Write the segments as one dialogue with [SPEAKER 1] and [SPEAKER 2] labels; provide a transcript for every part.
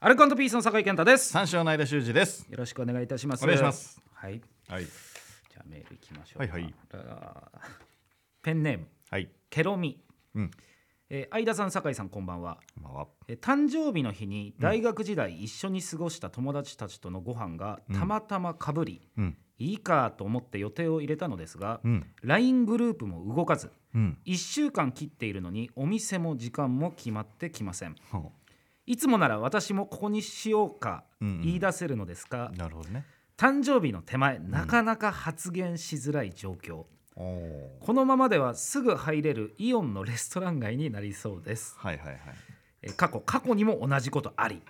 [SPEAKER 1] アルコピースの酒井健太です
[SPEAKER 2] 三章の間修二です。
[SPEAKER 1] よろしくお願いいたします
[SPEAKER 2] お願いします
[SPEAKER 1] はい
[SPEAKER 2] はい。
[SPEAKER 1] じゃあメールいきましょう
[SPEAKER 2] はいはい
[SPEAKER 1] あーペンネーム
[SPEAKER 2] はい。
[SPEAKER 1] ケロミ、
[SPEAKER 2] うん。
[SPEAKER 1] えー、相田さん酒井さんこんばんは
[SPEAKER 2] まあ、
[SPEAKER 1] えー誕生日の日に大学時代一緒に過ごした友達たちとのご飯がたまたまかぶり、
[SPEAKER 2] うん。
[SPEAKER 1] いいかと思って予定を入れたのですが、
[SPEAKER 2] うん。
[SPEAKER 1] LINE グループも動かず
[SPEAKER 2] うん。
[SPEAKER 1] 1週間切っているのにお店も時間も決まってきません
[SPEAKER 2] ほ
[SPEAKER 1] いつもなら私もここにしようか
[SPEAKER 2] うんうん
[SPEAKER 1] 言い出せるのですが、
[SPEAKER 2] うなるほどね。
[SPEAKER 1] 誕生日の手前なかなか発言しづらい状況、
[SPEAKER 2] おお。
[SPEAKER 1] このままではすぐ入れるイオンのレストラン街になりそうです
[SPEAKER 2] はいはいはい。
[SPEAKER 1] え過去過去にも同じことあり、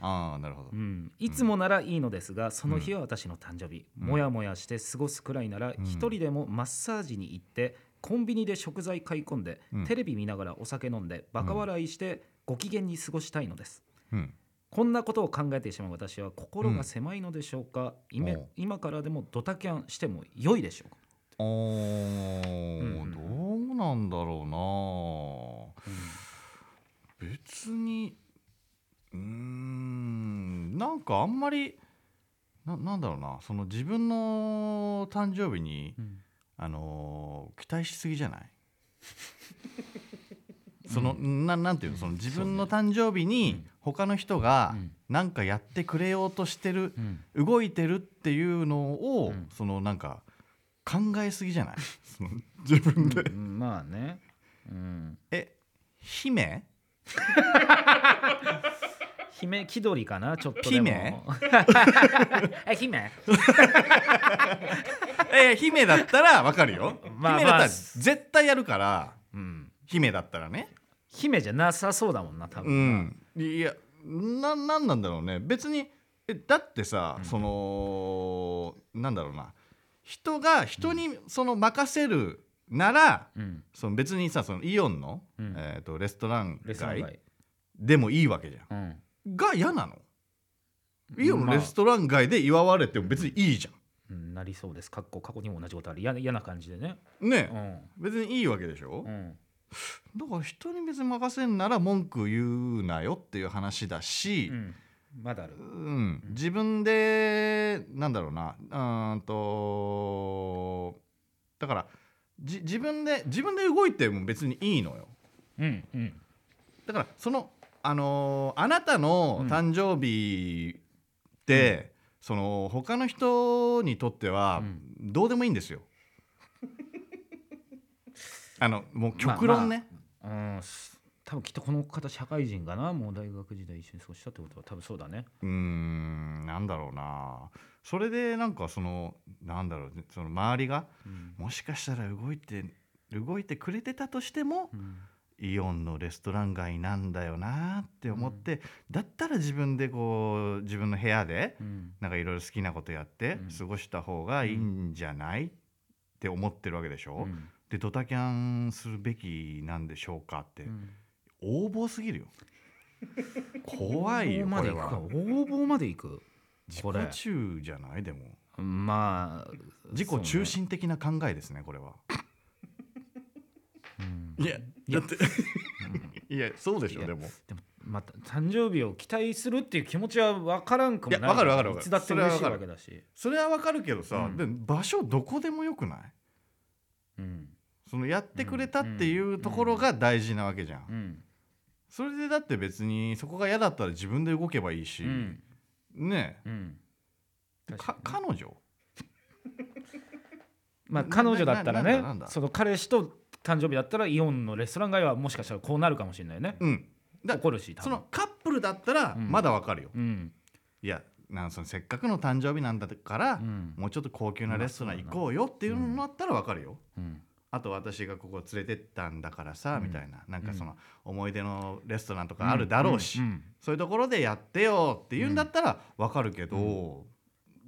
[SPEAKER 2] ああ、なるほど
[SPEAKER 1] う。ん、いつもならいいのですがその日は私の誕生日、
[SPEAKER 2] うん
[SPEAKER 1] もやもやして過ごすくらいなら
[SPEAKER 2] ん
[SPEAKER 1] 一人でもマッサージに行ってコンビニで食材買い込んで、
[SPEAKER 2] うん
[SPEAKER 1] テレビ見ながらお酒飲んでバカ笑いしてご機嫌に過ごしたいのです
[SPEAKER 2] うん。
[SPEAKER 1] こんなことを考えてしまう私は心が狭いのでしょうか、今
[SPEAKER 2] おう
[SPEAKER 1] 今からでもドタキャンしても良いでしょうか
[SPEAKER 2] お
[SPEAKER 1] うんう
[SPEAKER 2] お、
[SPEAKER 1] ん
[SPEAKER 2] どうなんだろうな。別に。うーん。なんかあんまり。ななんだろうなその自分の誕生日に、
[SPEAKER 1] うん
[SPEAKER 2] あのー期待しすぎじゃない その、ななんていうのその自分の誕生日に他の人が
[SPEAKER 1] うん
[SPEAKER 2] なんかやってくれようとしてる、
[SPEAKER 1] うん
[SPEAKER 2] 動いてるっていうのを、
[SPEAKER 1] うん
[SPEAKER 2] そのなんか考えすぎじゃない その自分で、
[SPEAKER 1] うんまあね、うん、
[SPEAKER 2] え姫
[SPEAKER 1] 姫気取りかなちょっとでも
[SPEAKER 2] 姫
[SPEAKER 1] え姫
[SPEAKER 2] え姫だったらわかるよ
[SPEAKER 1] まあ
[SPEAKER 2] 姫だった
[SPEAKER 1] ま
[SPEAKER 2] ら
[SPEAKER 1] あ
[SPEAKER 2] 絶対やるから
[SPEAKER 1] うん
[SPEAKER 2] 姫だったらね
[SPEAKER 1] 姫じゃなさそうだもんな多
[SPEAKER 2] う
[SPEAKER 1] 分、
[SPEAKER 2] ん、いやななんなんだろうね別にえだってさ、
[SPEAKER 1] うん
[SPEAKER 2] そのなんだろうな人が人にその任せるなら、
[SPEAKER 1] うん
[SPEAKER 2] その別にさそのイオンの、
[SPEAKER 1] うん
[SPEAKER 2] えー、とレストラン
[SPEAKER 1] レストラン
[SPEAKER 2] 街
[SPEAKER 1] 街、
[SPEAKER 2] でもいいわけじゃ
[SPEAKER 1] うん、
[SPEAKER 2] んが嫌なのイオン
[SPEAKER 1] ま
[SPEAKER 2] の
[SPEAKER 1] あ
[SPEAKER 2] レストラン街で祝われても別にいいじゃ
[SPEAKER 1] うんなりそうです過去過去にも同じことある嫌な嫌な感じでね
[SPEAKER 2] んね
[SPEAKER 1] う、ん
[SPEAKER 2] 別にいいわけでしょ、
[SPEAKER 1] うん
[SPEAKER 2] だから人に別に任せんなら文句言うなよっていう話だし、
[SPEAKER 1] うんまだある
[SPEAKER 2] うん、自分でなんだろうなうーんとだからじ自分で自分で動いても別にいいのよ
[SPEAKER 1] うんうん
[SPEAKER 2] だからそのあのーあなたの誕生日って、その他の人にとっては
[SPEAKER 1] うん
[SPEAKER 2] どうでもいいんですよ。あのもう極論ね、
[SPEAKER 1] うんす多分きっとこの方社会人かなもう大学時代一緒に過ごしたってことは多分そうだね
[SPEAKER 2] うーんなんだろうなそれでなんかそのなんだろうその周りが
[SPEAKER 1] うん、
[SPEAKER 2] もしかしたら動いて動いてくれてたとしても、
[SPEAKER 1] うん
[SPEAKER 2] イオンのレストラン街なんだよなって思って、だったら自分でこう自分の部屋で
[SPEAKER 1] うん
[SPEAKER 2] なんかいろいろ好きなことやって
[SPEAKER 1] うん
[SPEAKER 2] 過ごした方がいいんじゃない、って思ってるわけでしょ、
[SPEAKER 1] うん
[SPEAKER 2] でドタキャンするべきなんでしょうかって、
[SPEAKER 1] うん
[SPEAKER 2] 横暴す ぎるよ怖いよこれは
[SPEAKER 1] 応募まで行く
[SPEAKER 2] 自己
[SPEAKER 1] これ
[SPEAKER 2] 中じゃないでも
[SPEAKER 1] まあ
[SPEAKER 2] 自己中心的な考えですねこれは
[SPEAKER 1] そうねうん
[SPEAKER 2] いやだって いやそうでしょ
[SPEAKER 1] いや
[SPEAKER 2] でも
[SPEAKER 1] でもまた誕生日を期待するっていう気持ちは分からんくもない
[SPEAKER 2] いや分かる分かる分かる
[SPEAKER 1] いつだって嬉しい
[SPEAKER 2] そ
[SPEAKER 1] わ
[SPEAKER 2] れは分
[SPEAKER 1] け
[SPEAKER 2] か
[SPEAKER 1] だし、
[SPEAKER 2] それはわかるけどさ
[SPEAKER 1] う、ん
[SPEAKER 2] で場所どこでもよくない
[SPEAKER 1] うん
[SPEAKER 2] そのやってくれたっていうところが大事なわけじゃん、
[SPEAKER 1] うん
[SPEAKER 2] それでだって別にそこが嫌だったら自分で動けばいいし、
[SPEAKER 1] うん
[SPEAKER 2] ね
[SPEAKER 1] うん
[SPEAKER 2] え
[SPEAKER 1] 確か
[SPEAKER 2] か
[SPEAKER 1] に
[SPEAKER 2] 彼女
[SPEAKER 1] まあ彼女だったら
[SPEAKER 2] なな
[SPEAKER 1] ね
[SPEAKER 2] なんだ
[SPEAKER 1] その彼氏と誕生日だったらイオンのレストラン街はもしかしたらこうなるかもしれないよね、
[SPEAKER 2] うんだ
[SPEAKER 1] 怒るし多分
[SPEAKER 2] そのカップルだったら
[SPEAKER 1] うん
[SPEAKER 2] まだわかるよ、
[SPEAKER 1] うん
[SPEAKER 2] いやなんそのせっかくの誕生日なんだから、
[SPEAKER 1] うん
[SPEAKER 2] もうちょっと高級なレストラン行こうよっていうのだったらわかるよ、
[SPEAKER 1] うん
[SPEAKER 2] あと私がここ連れてったんだからさ、
[SPEAKER 1] うん
[SPEAKER 2] みたいななんかその思い出のレストランとかあるだろうし、そういうところでやってよって言うんだったらわかるけど、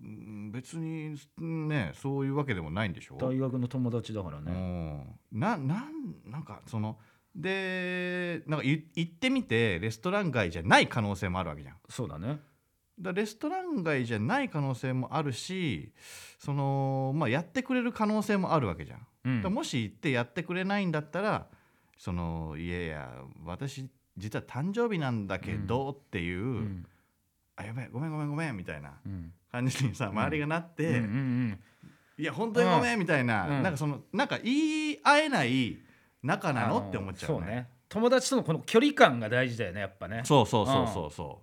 [SPEAKER 2] うん別にねそういうわけでもないんでしょ
[SPEAKER 1] 大学の友達だから
[SPEAKER 2] う
[SPEAKER 1] ね、
[SPEAKER 2] んななんなんかそのでなんかい行ってみてレストラン街じゃない可能性もあるわけじゃん。
[SPEAKER 1] そうだね
[SPEAKER 2] だレストラン街じゃない可能性もあるしその、まあ、やってくれる可能性もあるわけじゃん。
[SPEAKER 1] うん
[SPEAKER 2] だもし行ってやってくれないんだったらそのいやいや私実は誕生日なんだけどっていう、
[SPEAKER 1] うん
[SPEAKER 2] やばいごめんごめんごめんみたいな
[SPEAKER 1] うん
[SPEAKER 2] 感じにさ周りがなって、
[SPEAKER 1] うんうん
[SPEAKER 2] いや本当にごめんみたいな、
[SPEAKER 1] うん
[SPEAKER 2] なんかそのなんか言い合えない仲なのって思っちゃう
[SPEAKER 1] あのそう
[SPEAKER 2] ね
[SPEAKER 1] ね友達とのこの距離感が大事だよねやっぱね
[SPEAKER 2] そうそうそうそうそ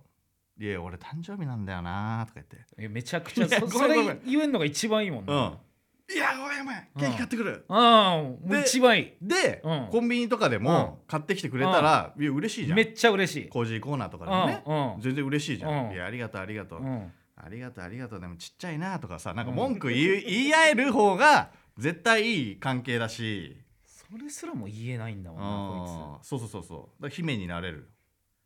[SPEAKER 2] ういや俺誕生日なんだよなとか言って
[SPEAKER 1] いやめちゃくちゃ
[SPEAKER 2] いや
[SPEAKER 1] そ
[SPEAKER 2] ご
[SPEAKER 1] そ
[SPEAKER 2] めん
[SPEAKER 1] れ
[SPEAKER 2] ごめん
[SPEAKER 1] 言えんのが一番いいもん
[SPEAKER 2] う
[SPEAKER 1] ね、
[SPEAKER 2] ん、いやごめんごめんケーキ買ってくる、
[SPEAKER 1] ああもう
[SPEAKER 2] で
[SPEAKER 1] 一番いい
[SPEAKER 2] で、
[SPEAKER 1] うん
[SPEAKER 2] コンビニとかでも買ってきてくれたら、いや嬉しいじゃん
[SPEAKER 1] めっちゃ嬉しい
[SPEAKER 2] コージーコーナーとか
[SPEAKER 1] う
[SPEAKER 2] でもね、
[SPEAKER 1] ん
[SPEAKER 2] 全然嬉しいじゃん、
[SPEAKER 1] うん
[SPEAKER 2] いやありがとうありがとう、
[SPEAKER 1] うんうん
[SPEAKER 2] ありがとうありがとうでもちっちゃいなとかさなんか文句言い,、言い合える方が絶対いい関係だし
[SPEAKER 1] それすらも言えないんだもんなこ
[SPEAKER 2] あーそうそうそうそうだから姫になれる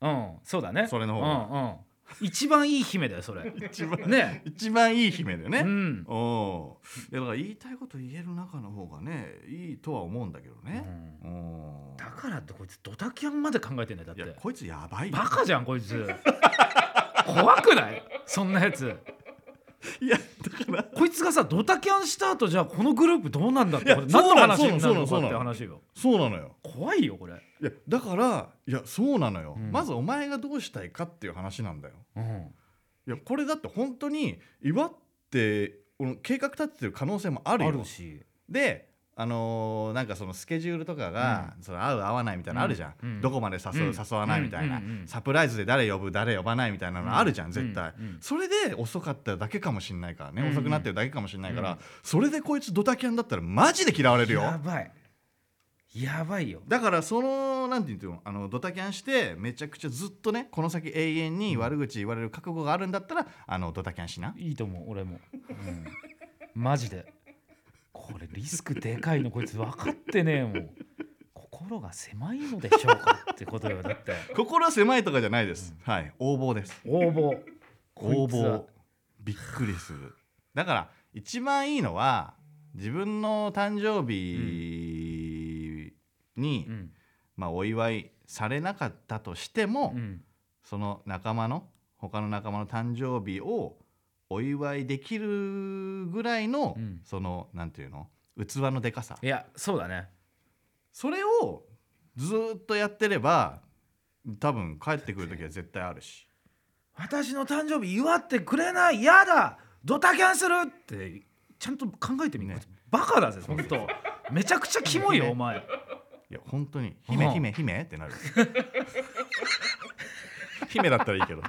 [SPEAKER 1] いつうんそうだね
[SPEAKER 2] それの方
[SPEAKER 1] うんうん一番いい姫だよ それ
[SPEAKER 2] 一番
[SPEAKER 1] ね
[SPEAKER 2] 一番いい姫だよね、
[SPEAKER 1] うん
[SPEAKER 2] おーいやだから言いたいこと言える中の方がねいいとは思うんだけど
[SPEAKER 1] う
[SPEAKER 2] ね、
[SPEAKER 1] ん
[SPEAKER 2] おー
[SPEAKER 1] だからってこいつドタキャンまで考えてんだよだっ
[SPEAKER 2] いや
[SPEAKER 1] て
[SPEAKER 2] こいつやばいよ
[SPEAKER 1] バカじゃんこいつ怖くないそんなやつ
[SPEAKER 2] いやだから
[SPEAKER 1] こいつがさドタキャンした後じゃあこのグループどうなんだってこと
[SPEAKER 2] いや
[SPEAKER 1] 何の話
[SPEAKER 2] そうなの
[SPEAKER 1] になるのか
[SPEAKER 2] そう
[SPEAKER 1] っ
[SPEAKER 2] な
[SPEAKER 1] て
[SPEAKER 2] の
[SPEAKER 1] 話よ
[SPEAKER 2] そうなのよ
[SPEAKER 1] 怖いよこれ、
[SPEAKER 2] いやだからいやそうなのよ、
[SPEAKER 1] うん
[SPEAKER 2] まずお前がどうしたいかっていう話なんだよ
[SPEAKER 1] うん、
[SPEAKER 2] いやこれだって本当に祝ってこの計画立ててる可能性もあ
[SPEAKER 1] あ
[SPEAKER 2] るよ
[SPEAKER 1] るし
[SPEAKER 2] であのーなんかそのスケジュールとかが、その合う合わないみたいなのあるじゃん、
[SPEAKER 1] うんうん
[SPEAKER 2] どこまで誘う、
[SPEAKER 1] うん
[SPEAKER 2] 誘わないみたいな、
[SPEAKER 1] うんうんうん
[SPEAKER 2] サプライズで誰呼ぶ誰呼ばないみたいなのあるじゃん、
[SPEAKER 1] うん
[SPEAKER 2] 絶対、
[SPEAKER 1] うんうん
[SPEAKER 2] それで遅かっただけかもしんないからね、
[SPEAKER 1] うんうん
[SPEAKER 2] 遅くなってるだけかもしんないから、
[SPEAKER 1] うん
[SPEAKER 2] それでこいつドタキャンだったらマジで嫌われるよ
[SPEAKER 1] やばいやばいよ
[SPEAKER 2] だからそのなんていうのあのドタキャンしてめちゃくちゃずっとねこの先永遠に悪口言われる覚悟があるんだったらあのドタキャンしない
[SPEAKER 1] いと思う俺も、うん、マジでこれリスクでかいのこいつ分かってねえもん心が狭いのでしょうかってことよだって
[SPEAKER 2] 心は狭いとかじゃないです、はい横暴です
[SPEAKER 1] 応募
[SPEAKER 2] 横
[SPEAKER 1] こいつは
[SPEAKER 2] 暴びっくりするだから一番いいのは自分の誕生日に、
[SPEAKER 1] うん
[SPEAKER 2] まあ、お祝いされなかったとしても、
[SPEAKER 1] うん
[SPEAKER 2] その仲間の他の仲間の誕生日をお祝いできるぐらいの、
[SPEAKER 1] うん
[SPEAKER 2] そのなんていうの器のでかさ
[SPEAKER 1] いやそうだね
[SPEAKER 2] それをずーっとやってれば多分帰ってくる時は絶対あるし
[SPEAKER 1] 私の誕生日祝ってくれないやだドタキャンするってちゃんと考えてみ
[SPEAKER 2] ね
[SPEAKER 1] ね、バカだぜ本当めちゃくちゃキモいよお前
[SPEAKER 2] いや本当に「
[SPEAKER 1] うん
[SPEAKER 2] 姫姫姫」って なる姫だったらいいけど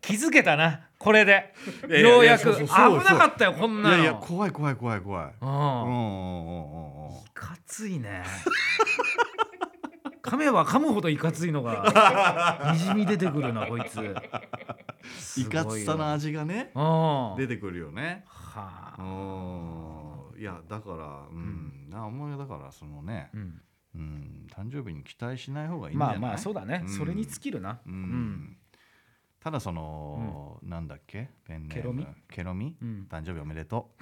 [SPEAKER 1] 気づけたなこれで
[SPEAKER 2] いやいや
[SPEAKER 1] ようや
[SPEAKER 2] そ
[SPEAKER 1] く
[SPEAKER 2] う
[SPEAKER 1] 危
[SPEAKER 2] そう
[SPEAKER 1] な
[SPEAKER 2] そう
[SPEAKER 1] かったよこんな
[SPEAKER 2] い
[SPEAKER 1] の
[SPEAKER 2] やいや怖い怖い怖い怖いうんうん
[SPEAKER 1] う
[SPEAKER 2] うんうんうん
[SPEAKER 1] んいかついね 噛めば噛むほどいかついのがにじみ出てくるなこいつ
[SPEAKER 2] いかつさの
[SPEAKER 1] 味
[SPEAKER 2] 味がね
[SPEAKER 1] うんは
[SPEAKER 2] 出てくるよねう
[SPEAKER 1] あ
[SPEAKER 2] んいやだからうんなあんまりだからそのね
[SPEAKER 1] うん
[SPEAKER 2] うん誕生日に期待しない方がいいんじ
[SPEAKER 1] ま
[SPEAKER 2] ゃな
[SPEAKER 1] あ
[SPEAKER 2] い
[SPEAKER 1] まあそうだね
[SPEAKER 2] うん
[SPEAKER 1] それに尽きるなう
[SPEAKER 2] う
[SPEAKER 1] ん
[SPEAKER 2] んただそのなんだっけペンネー
[SPEAKER 1] ケ
[SPEAKER 2] ム
[SPEAKER 1] ロミ
[SPEAKER 2] ケロミ
[SPEAKER 1] うん
[SPEAKER 2] 誕生日おめでと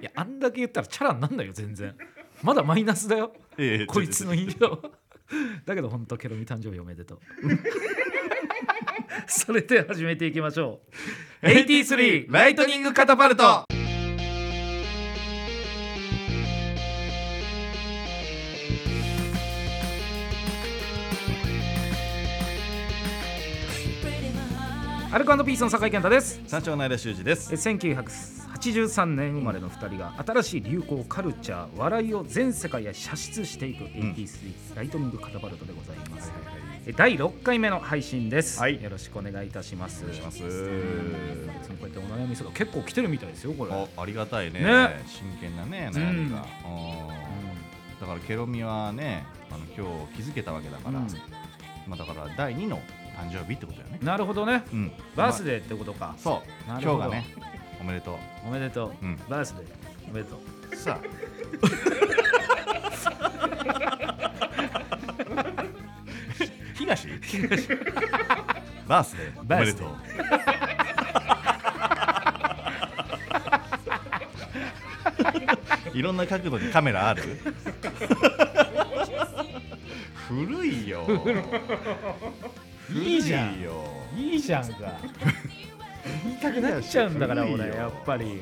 [SPEAKER 2] う
[SPEAKER 1] いやあんだけ言ったらチャラになんないよ全然まだマイナスだよ こいつの印象だけど本当ケロミ誕生日おめでとう それでは始めていきましょう83ライトニングカタパルトアルコピースの酒井健太です
[SPEAKER 2] 山頂の間修二です
[SPEAKER 1] え1983年生まれの2人が新しい流行カルチャー笑いを全世界へ射出していく
[SPEAKER 2] ん
[SPEAKER 1] 83ライトニングカタパルトでございます、え第6回目の配信です、
[SPEAKER 2] はい
[SPEAKER 1] よろしくお願いいたします
[SPEAKER 2] お願いしま
[SPEAKER 1] い
[SPEAKER 2] す
[SPEAKER 1] つもこうやってお悩み相談結構来てるみたいですよこれ、うん
[SPEAKER 2] あありがたいね
[SPEAKER 1] ね
[SPEAKER 2] 真剣なね悩みが、
[SPEAKER 1] うん
[SPEAKER 2] うんだからケロミはねあの今日気づけたわけだから、
[SPEAKER 1] うん
[SPEAKER 2] まあ、だから第2の誕生日ってことだよね、
[SPEAKER 1] なるほどね
[SPEAKER 2] うん、
[SPEAKER 1] バース
[SPEAKER 2] デ
[SPEAKER 1] デーってことか
[SPEAKER 2] そう
[SPEAKER 1] なるほ
[SPEAKER 2] 今日
[SPEAKER 1] ど
[SPEAKER 2] がねおめでと
[SPEAKER 1] おめでとう、
[SPEAKER 2] うん
[SPEAKER 1] バースデーおめでとう
[SPEAKER 2] うさ あ東 バースデーおめでとう いろんな角度にカメラある古いよ古
[SPEAKER 1] いいじゃん
[SPEAKER 2] よ
[SPEAKER 1] いいじゃんか言いたくなっちゃうんだから俺やっぱり
[SPEAKER 2] ね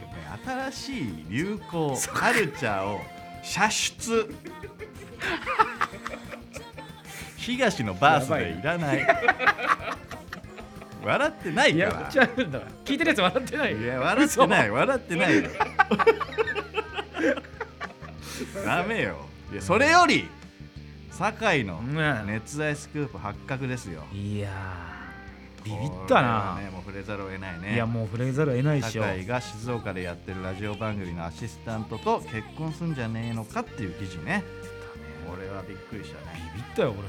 [SPEAKER 2] 新しい流行 カルチャーを射出東のバースデーいらない笑ってない
[SPEAKER 1] い
[SPEAKER 2] か
[SPEAKER 1] や
[SPEAKER 2] ら
[SPEAKER 1] 違うんだ聞いてるやつ笑ってない
[SPEAKER 2] いや笑ってない笑ってないよダメよいやそれより堺の
[SPEAKER 1] ね
[SPEAKER 2] 熱愛スクープ発覚ですよ
[SPEAKER 1] いやービビったな、
[SPEAKER 2] これはね、もう触れざるを得ないね
[SPEAKER 1] いやもう触れざるを得ないっしょ
[SPEAKER 2] 酒井が静岡でやってるラジオ番組のアシスタントと結婚すんじゃねえのかっていう記事ね俺はびっくりした
[SPEAKER 1] ビ
[SPEAKER 2] ね
[SPEAKER 1] ビったよ俺も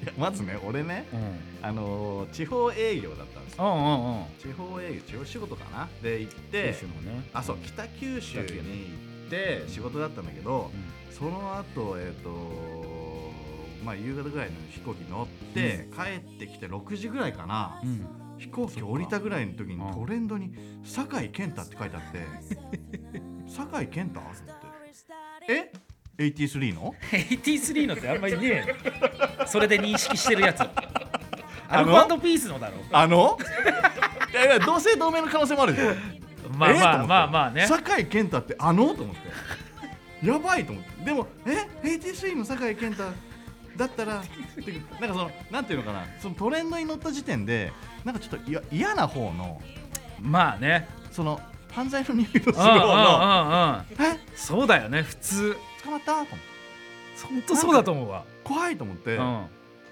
[SPEAKER 2] いや まずね俺ね
[SPEAKER 1] う、うん、
[SPEAKER 2] あのー地方営業だったんですよ
[SPEAKER 1] うんうんうん
[SPEAKER 2] 地方営業地方仕事かなで行っ
[SPEAKER 1] 九
[SPEAKER 2] て
[SPEAKER 1] 州もね
[SPEAKER 2] あそう北九州に行って仕事だったんだけどその後えっ、とまあ夕方ぐらいの飛行機乗って、帰ってきて6時ぐらいかな、
[SPEAKER 1] うん、うん
[SPEAKER 2] 飛行機降りたぐらいの時に
[SPEAKER 1] うん
[SPEAKER 2] トレンドに「酒井健太」って書いてあって「酒井健太?」と思って「え ?83 の
[SPEAKER 1] 83のってあんまりねえのそれで認識してるやつア
[SPEAKER 2] あ
[SPEAKER 1] ル
[SPEAKER 2] の
[SPEAKER 1] ファピースのだろ
[SPEAKER 2] あの? 」 いやいや同姓同名の可能性もあるじゃん。
[SPEAKER 1] まあ
[SPEAKER 2] えー
[SPEAKER 1] ま
[SPEAKER 2] と思っ
[SPEAKER 1] あ
[SPEAKER 2] て
[SPEAKER 1] まあまあね
[SPEAKER 2] 酒井健太ってあのと思ってやばいと思ってでもえ83の酒井健太だったらってなんかそのなんていうのかなそのトレンドに乗った時点でなんかちょっといや嫌な方の
[SPEAKER 1] まあね
[SPEAKER 2] その犯罪の匂いのする
[SPEAKER 1] うんう
[SPEAKER 2] 方
[SPEAKER 1] んうん
[SPEAKER 2] の
[SPEAKER 1] うん
[SPEAKER 2] え
[SPEAKER 1] そうだよね普通
[SPEAKER 2] 捕まったと思って
[SPEAKER 1] ほんとそうだと思うわ
[SPEAKER 2] 怖いと思って、
[SPEAKER 1] うん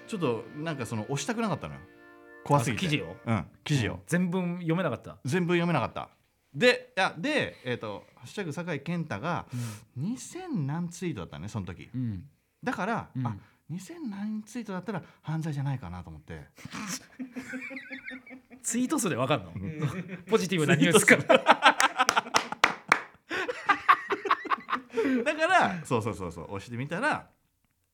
[SPEAKER 2] ちょっとなんかその押したくなかったのよ怖すぎて
[SPEAKER 1] あ記事を
[SPEAKER 2] うん記事を、
[SPEAKER 1] 全文読めなかった
[SPEAKER 2] 全部読めなかったでいやでえっ、と「ハッシュタグ酒井健太」が
[SPEAKER 1] う
[SPEAKER 2] 2000何ツイートだったねその時
[SPEAKER 1] んうん
[SPEAKER 2] だから、
[SPEAKER 1] うん
[SPEAKER 2] あ2000何ツイートだったら犯罪じゃないかなと思って
[SPEAKER 1] ツイート数でわかんの ポジティブなニュースから
[SPEAKER 2] だからそうそうそうそう押してみたら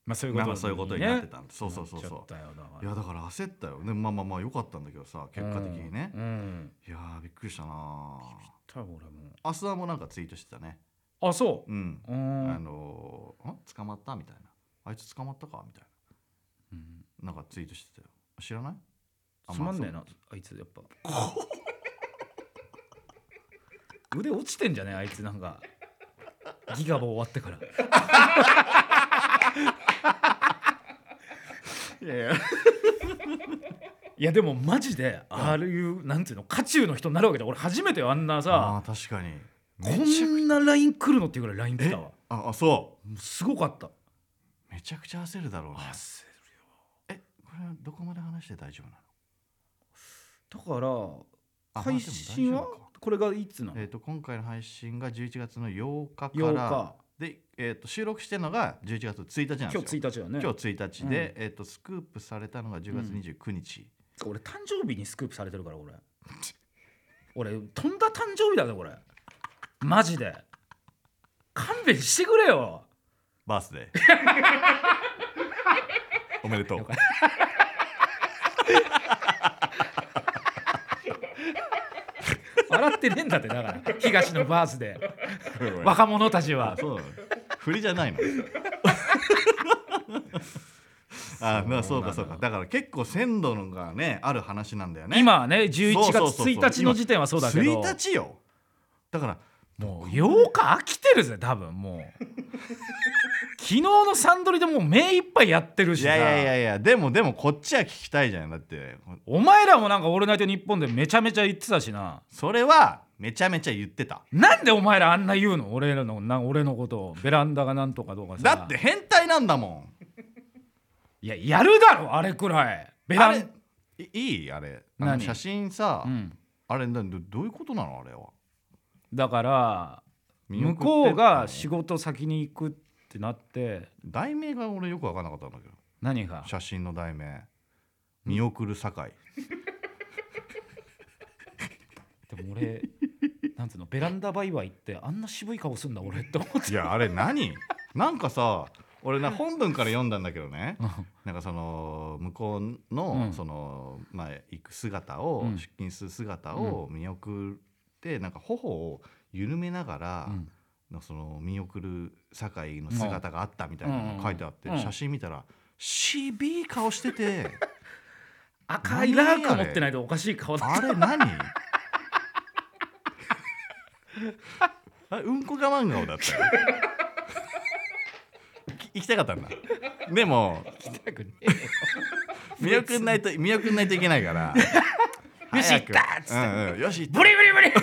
[SPEAKER 1] まあそう
[SPEAKER 2] まあまあそういうことになってたんで、そう
[SPEAKER 1] ね
[SPEAKER 2] そうそう
[SPEAKER 1] なっちゃ
[SPEAKER 2] そ
[SPEAKER 1] っ
[SPEAKER 2] う
[SPEAKER 1] たよだから
[SPEAKER 2] いやだから焦ったよでもまあまあまあよかったんだけどさ結果的にね
[SPEAKER 1] う、んうん
[SPEAKER 2] いやーびっくりしたな
[SPEAKER 1] 多分俺も
[SPEAKER 2] 明日はもうなんかツイートしてたね
[SPEAKER 1] あそう
[SPEAKER 2] うん
[SPEAKER 1] う
[SPEAKER 2] あ
[SPEAKER 1] ん
[SPEAKER 2] のーん捕まったみたいなあいつ捕まったかみたい
[SPEAKER 1] うん
[SPEAKER 2] ななんかツイートしてたよ知らないあ
[SPEAKER 1] つまんねえなあいつやっぱ 腕落ちてんじゃねあいつなんかギガボ終わってから
[SPEAKER 2] そうい やいや
[SPEAKER 1] いやでもマジでああいうなんていうの渦中の人になるわけで俺初めてよあんな
[SPEAKER 2] あ
[SPEAKER 1] さ
[SPEAKER 2] ー確かに
[SPEAKER 1] こ
[SPEAKER 2] めちゃく
[SPEAKER 1] んな LINE 来るのっていうぐらい LINE 来たわ
[SPEAKER 2] ああそ
[SPEAKER 1] もうすごかった
[SPEAKER 2] うめちゃくちゃ焦るだろうねえこれはどこまで話して大丈夫なの
[SPEAKER 1] だから
[SPEAKER 2] あ
[SPEAKER 1] 配信
[SPEAKER 2] ま
[SPEAKER 1] は
[SPEAKER 2] あでも大丈夫か
[SPEAKER 1] これがいつなの
[SPEAKER 2] えっ、と今回の配信が11月の8日から
[SPEAKER 1] 8日
[SPEAKER 2] で、えー、と収録してるのが11月1日なんですよ
[SPEAKER 1] 今日1日だね
[SPEAKER 2] 今日1日で、えー、とスクープされたのが10月29日、
[SPEAKER 1] 俺誕生日にスクープされてるから俺俺とんだ誕生日だねこれマジで勘弁してくれよ
[SPEAKER 2] バース デーおめでとう
[SPEAKER 1] 笑ってねえんだってだから東のバースで
[SPEAKER 2] わか
[SPEAKER 1] 若者たちは
[SPEAKER 2] そうなの振りじゃない のあまあそうかそうかだから結構鮮度のがねある話なんだよね
[SPEAKER 1] 今はね11
[SPEAKER 2] そ
[SPEAKER 1] 月
[SPEAKER 2] うそうそうそう
[SPEAKER 1] 1日の時点はそうだけど
[SPEAKER 2] 1日よだから
[SPEAKER 1] もう8日飽きてるぜ多分もう昨日のサンドリでもう目いっぱいやってるし
[SPEAKER 2] い
[SPEAKER 1] さ
[SPEAKER 2] やいやいやいやでもでもこっちは聞きたいじゃんだって
[SPEAKER 1] お前らもなんか「オールナイトニッポン」でめちゃめちゃ言ってたしな
[SPEAKER 2] それはめちゃめちゃ言ってた
[SPEAKER 1] なんでお前らあんな言うの俺らのな俺のことをベランダがなんとかとかさ
[SPEAKER 2] だって変態なんだも
[SPEAKER 1] いややるだろあれくらいベ
[SPEAKER 2] ん
[SPEAKER 1] ラ
[SPEAKER 2] あ
[SPEAKER 1] ン
[SPEAKER 2] れいいいあれあの
[SPEAKER 1] 何
[SPEAKER 2] 写真さ、
[SPEAKER 1] うん
[SPEAKER 2] あれなどどういうことなのあれは
[SPEAKER 1] だから
[SPEAKER 2] 見送っ
[SPEAKER 1] 向
[SPEAKER 2] て
[SPEAKER 1] こうが仕事先に行くってなって
[SPEAKER 2] 題名が俺よく分からなかったんだけど
[SPEAKER 1] 何が
[SPEAKER 2] 写真の題名見送る酒井
[SPEAKER 1] でも 俺なんつうのベランダバイバイってあんな渋い顔すんだ俺って 思って
[SPEAKER 2] いやあれ何なんかさ俺な本文から読んだんだけどね
[SPEAKER 1] うん
[SPEAKER 2] なんかその向こうの,、
[SPEAKER 1] うん
[SPEAKER 2] そのまあ、行く姿を、
[SPEAKER 1] うん
[SPEAKER 2] 出勤する姿を見送って、なんか頬を緩めながら、
[SPEAKER 1] うん
[SPEAKER 2] のその見送る酒井の姿があったみたいなのが書いてあって、
[SPEAKER 1] うん
[SPEAKER 2] 写真見たら、渋い顔してて
[SPEAKER 1] 赤いラーク持ってないとおかしい顔だ
[SPEAKER 2] あれ何 あれうんこ我慢顔だったよ 行きたかったんだでも
[SPEAKER 1] 痛くね
[SPEAKER 2] 見送んないと見送んないといけないから
[SPEAKER 1] よし
[SPEAKER 2] 早く
[SPEAKER 1] 行ったっつって
[SPEAKER 2] うんうんよし行った
[SPEAKER 1] ブリブリブリ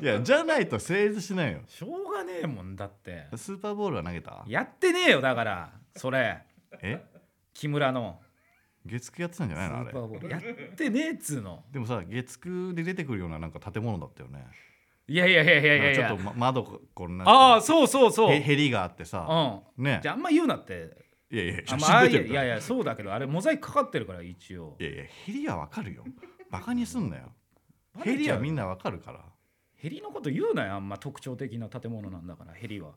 [SPEAKER 2] いやじゃないと成 立しないよ
[SPEAKER 1] しょうがねえもんだって
[SPEAKER 2] スーパーボールは投げた
[SPEAKER 1] やってねえよだからそれ
[SPEAKER 2] え
[SPEAKER 1] 木村の
[SPEAKER 2] 月9やってたんじゃ
[SPEAKER 1] ス
[SPEAKER 2] ないのあれ
[SPEAKER 1] ーパーボールやってねえっつうの
[SPEAKER 2] でもさ月9で出てくるようななんか建物だったよね
[SPEAKER 1] いやいやいやいやいやいや
[SPEAKER 2] なんかちょっと、ま、窓ここんな
[SPEAKER 1] ああそうそうそう
[SPEAKER 2] へへりがあってさ
[SPEAKER 1] う
[SPEAKER 2] ね
[SPEAKER 1] んじゃああんま言うなって
[SPEAKER 2] いやいや
[SPEAKER 1] あ
[SPEAKER 2] 写
[SPEAKER 1] んまあ
[SPEAKER 2] 真
[SPEAKER 1] あ
[SPEAKER 2] 出
[SPEAKER 1] い
[SPEAKER 2] て
[SPEAKER 1] やい
[SPEAKER 2] るから
[SPEAKER 1] やいやそうだけどあれモザイクかかってるから一応
[SPEAKER 2] いやいやヘリはわかるよバカにすん なよ
[SPEAKER 1] バ
[SPEAKER 2] ヘ
[SPEAKER 1] レ
[SPEAKER 2] リ
[SPEAKER 1] ちゃ
[SPEAKER 2] は
[SPEAKER 1] う
[SPEAKER 2] みんなわかるから
[SPEAKER 1] ヘリのこと言うなよあんま特徴的な建物なんだからヘリは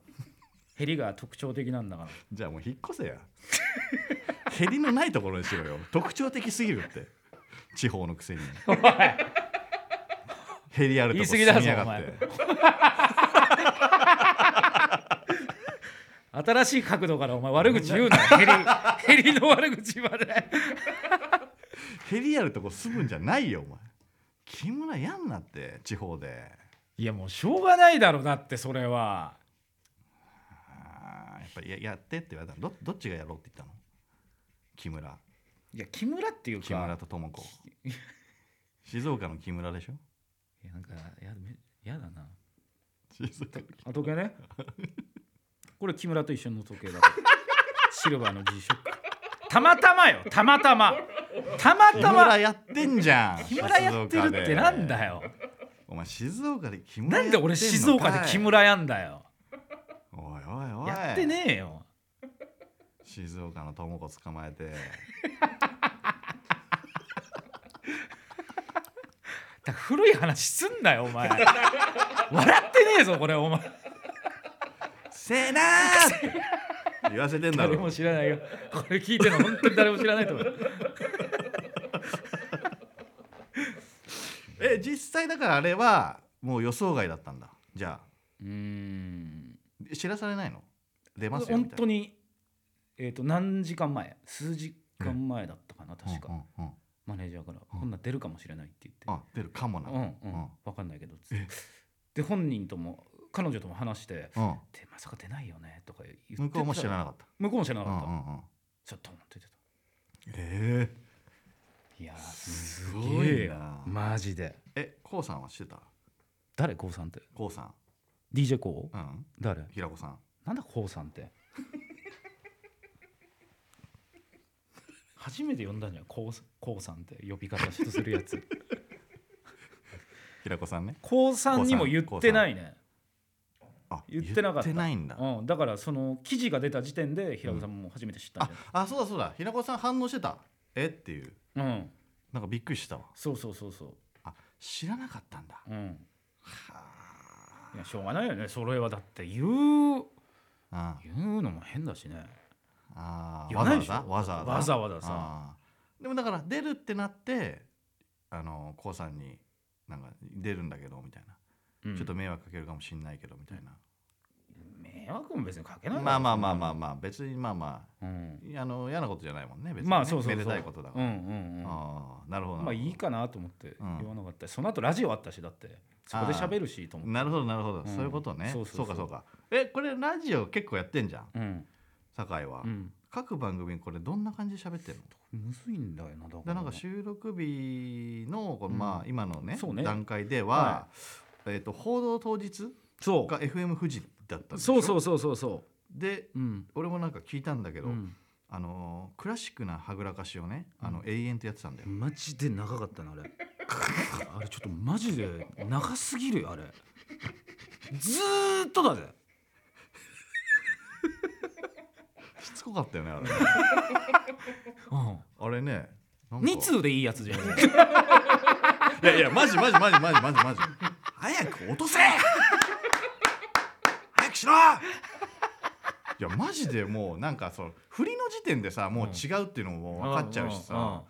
[SPEAKER 1] ヘリが特徴的なんだから
[SPEAKER 2] じゃあもう引っ越せ やヘリのないところにしろよ特徴的すぎるって地方の くせにヘリあるとこ住みや
[SPEAKER 1] 言い過ぎだぞ
[SPEAKER 2] がって
[SPEAKER 1] 新しい角度からお前悪口言うなヘリヘリの悪口まで
[SPEAKER 2] ヘリあるとこ住むんじゃないよお前木村やんなって地方で
[SPEAKER 1] いやもうしょうがないだろだってそれは
[SPEAKER 2] あーやっぱりややってって言われたのどどっちがやろうって言ったの木村
[SPEAKER 1] いや木村っていうか
[SPEAKER 2] 木村と智 子静岡の木村でしょ
[SPEAKER 1] いやなんかやめやだな
[SPEAKER 2] 静岡
[SPEAKER 1] あ時計 ねこれ木村と一緒の時計だからシルバーの G ショックたまたまよたまたまたま
[SPEAKER 2] 木
[SPEAKER 1] たま
[SPEAKER 2] 村やってんじゃん
[SPEAKER 1] 木村やってるってなんだよ
[SPEAKER 2] お前静岡で木村
[SPEAKER 1] なんで俺
[SPEAKER 2] やってん
[SPEAKER 1] 静
[SPEAKER 2] のか
[SPEAKER 1] 岡
[SPEAKER 2] い
[SPEAKER 1] で木村やんだよ
[SPEAKER 2] おいおいおい
[SPEAKER 1] やってねえよ
[SPEAKER 2] 静岡の智子捕まえて
[SPEAKER 1] だから古い話すんなよお前笑ってねえぞこれお前
[SPEAKER 2] 「せなー!」って言わせてんだ
[SPEAKER 1] 誰
[SPEAKER 2] ろ
[SPEAKER 1] も知らないよこれ聞いてるの本当に誰も知らないと思う
[SPEAKER 2] え実際だからあれはもう予想外だったんだじゃ
[SPEAKER 1] うーん
[SPEAKER 2] あ知らされないの出ますよみ
[SPEAKER 1] 本
[SPEAKER 2] たいな
[SPEAKER 1] 当にえっ、と何時間前数時間前だったかな確か、
[SPEAKER 2] うんうんうん
[SPEAKER 1] マネージャーから「
[SPEAKER 2] ん
[SPEAKER 1] こんなん出るかもしれない」って言って
[SPEAKER 2] あ出るかも
[SPEAKER 1] 「
[SPEAKER 2] な、
[SPEAKER 1] うんう
[SPEAKER 2] うんん
[SPEAKER 1] 分かんないけど」つっ
[SPEAKER 2] え
[SPEAKER 1] てで本人とも彼女とも話して
[SPEAKER 2] うん
[SPEAKER 1] 「でまさか出ないよね」とか言ってた
[SPEAKER 2] 向こうも知らなかった
[SPEAKER 1] 向こうも知らなかった、
[SPEAKER 2] うんうんうん
[SPEAKER 1] ちょっと思っててた
[SPEAKER 2] え
[SPEAKER 1] いやー
[SPEAKER 2] す
[SPEAKER 1] す
[SPEAKER 2] ごいな
[SPEAKER 1] げえよマジで
[SPEAKER 2] ええこうさんは知ってた
[SPEAKER 1] 誰こうさんって
[SPEAKER 2] こうさん
[SPEAKER 1] DJ こう
[SPEAKER 2] うん
[SPEAKER 1] 誰
[SPEAKER 2] 平子さん
[SPEAKER 1] なんだこうさんって 初めて呼んだんじゃんこうさこうさんって呼び方とするやつ
[SPEAKER 2] 平子さんね
[SPEAKER 1] こうさんにも言ってないね
[SPEAKER 2] あ
[SPEAKER 1] 言ってなかった
[SPEAKER 2] 言ってないんだ、
[SPEAKER 1] うん、だからその記事が出た時点で平子さんも初めて知ったん
[SPEAKER 2] あ
[SPEAKER 1] じ
[SPEAKER 2] あそうだそうだ平子さん反応してたえっていう
[SPEAKER 1] ゃない、うん
[SPEAKER 2] なんかびっくりしたわ
[SPEAKER 1] そうそうそうそ
[SPEAKER 2] あ知らなかったんだ
[SPEAKER 1] ううん
[SPEAKER 2] はあ
[SPEAKER 1] いやしょうがないよねそれはだって言う
[SPEAKER 2] あ
[SPEAKER 1] 言うのも変だしね
[SPEAKER 2] あ
[SPEAKER 1] 言
[SPEAKER 2] わ
[SPEAKER 1] わ
[SPEAKER 2] ざ
[SPEAKER 1] ない
[SPEAKER 2] わ
[SPEAKER 1] でしょ
[SPEAKER 2] ざわざ
[SPEAKER 1] わざわざさ
[SPEAKER 2] ああでもだから出るってなってあのこうさんになんか出るんだけどみたいな、
[SPEAKER 1] うん
[SPEAKER 2] ちょっと迷惑かけるかもしんないけどみたいな、
[SPEAKER 1] 迷惑も別にかけないだろ
[SPEAKER 2] まあまあまあまあまあ別にまあま
[SPEAKER 1] う
[SPEAKER 2] あ
[SPEAKER 1] ん
[SPEAKER 2] あの嫌なことじゃないもんね別にね、
[SPEAKER 1] まあそうそうそう
[SPEAKER 2] めでたいことだか
[SPEAKER 1] う
[SPEAKER 2] ら、
[SPEAKER 1] んうんうん
[SPEAKER 2] ああなるほどなるほど
[SPEAKER 1] まあいいかなと思って
[SPEAKER 2] うん
[SPEAKER 1] 言わなかったし、その後ラジオあったしだってそこで喋るしと思って
[SPEAKER 2] なるほどなるほど、
[SPEAKER 1] ん
[SPEAKER 2] そういうことね
[SPEAKER 1] そうそうそう
[SPEAKER 2] かそうかえこれラジオ結構やってんじゃん
[SPEAKER 1] うん、
[SPEAKER 2] 酒井は、
[SPEAKER 1] うん、
[SPEAKER 2] 各番組これどんな感じで喋ってるの
[SPEAKER 1] むずいんだよなだか
[SPEAKER 2] で
[SPEAKER 1] ら
[SPEAKER 2] なんか収録日の、こう
[SPEAKER 1] うん
[SPEAKER 2] まあ、今のね
[SPEAKER 1] そうね
[SPEAKER 2] 段階では、えー、と報道当日
[SPEAKER 1] そ
[SPEAKER 2] が FM 富士だったん
[SPEAKER 1] う
[SPEAKER 2] でしょ
[SPEAKER 1] そうそうそうそうそ
[SPEAKER 2] で
[SPEAKER 1] ううん、
[SPEAKER 2] 俺もなんか聞いたんだけど、
[SPEAKER 1] うん、
[SPEAKER 2] あのークラシックなはぐらかしをね、あ
[SPEAKER 1] う
[SPEAKER 2] の永遠とやってたん だよ、
[SPEAKER 1] マジで長かったなあれ あれちょっとマジで長すぎるよあれずーっとだぜ
[SPEAKER 2] しつこかったよねあれ
[SPEAKER 1] うん
[SPEAKER 2] あれねなんか
[SPEAKER 1] 2通でいいやつじゃん
[SPEAKER 2] いやいやマジマジマジマジマジマジ早く落とせ早くしろいやマジでもうなんかその振りの時点でさもう違うっていうのも分かっちゃうしさ、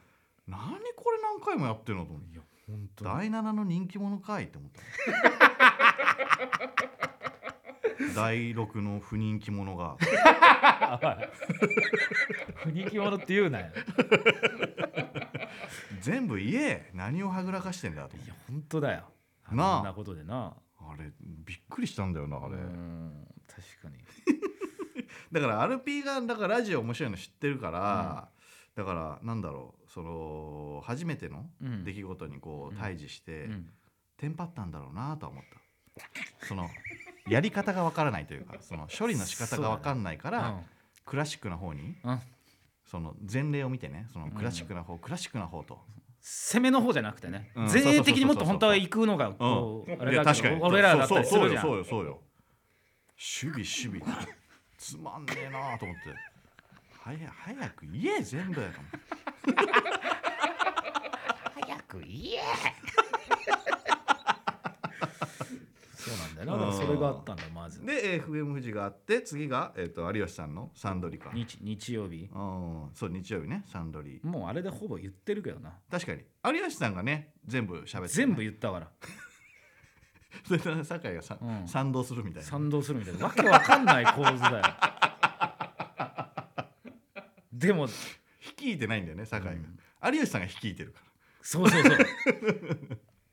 [SPEAKER 2] 何これ何回もやってるのと思って
[SPEAKER 1] いや本当
[SPEAKER 2] 第7の人気者かいって思 った第6の不人気者が
[SPEAKER 1] 不人気者って言うなよ
[SPEAKER 2] 全部言え何をはぐらかしてんだと思っ
[SPEAKER 1] い
[SPEAKER 2] て
[SPEAKER 1] や本当だよ
[SPEAKER 2] なあ
[SPEAKER 1] あんなことでな
[SPEAKER 2] ああれびっくりしたんだよなあれ、
[SPEAKER 1] うん確かに
[SPEAKER 2] だからアルピーがだからラジオ面白いの知ってるから、だからなんだろうその初めての
[SPEAKER 1] うん
[SPEAKER 2] 出来事にこう
[SPEAKER 1] うん
[SPEAKER 2] 対峙して、
[SPEAKER 1] うん
[SPEAKER 2] テンパったんだろうなとは思ったそのやり方がわからないというかその処理の仕方がわかんないから、クラシックな方に
[SPEAKER 1] うんうん
[SPEAKER 2] その前例を見てねそのクラシックな方、クラシックな方と
[SPEAKER 1] 攻めの方じゃなくてね
[SPEAKER 2] うん
[SPEAKER 1] 前衛的にもっ
[SPEAKER 2] そ
[SPEAKER 1] と
[SPEAKER 2] うそうそうそう
[SPEAKER 1] 本当は行くのがこうあ
[SPEAKER 2] い
[SPEAKER 1] れ
[SPEAKER 2] や
[SPEAKER 1] だ
[SPEAKER 2] 確
[SPEAKER 1] け
[SPEAKER 2] かに
[SPEAKER 1] ど俺らだったりす
[SPEAKER 2] そ
[SPEAKER 1] る
[SPEAKER 2] うそう
[SPEAKER 1] じ
[SPEAKER 2] よ
[SPEAKER 1] ゃ
[SPEAKER 2] そうんよそうよ守備守備つまんねえなと思って早早く言え全部と思って
[SPEAKER 1] 早く言えそうなんだよなだからそれがあったんだよまず
[SPEAKER 2] でえー FM 富士があって次が、えー、と有吉さんのサンドリか
[SPEAKER 1] 日日曜日
[SPEAKER 2] うんそう日曜日ねサンドリ
[SPEAKER 1] もうあれでほぼ言ってるけどな
[SPEAKER 2] 確かに有吉さんがね全部喋って、ね、
[SPEAKER 1] 全部言ったから
[SPEAKER 2] それで酒井がさ、
[SPEAKER 1] うん
[SPEAKER 2] 賛同するみたいな
[SPEAKER 1] 賛同するみたいなわけわかんない構図だよ でも
[SPEAKER 2] 率いてないんだよね酒井が、
[SPEAKER 1] うん
[SPEAKER 2] 有吉さんが率いてるか
[SPEAKER 1] そうそうそう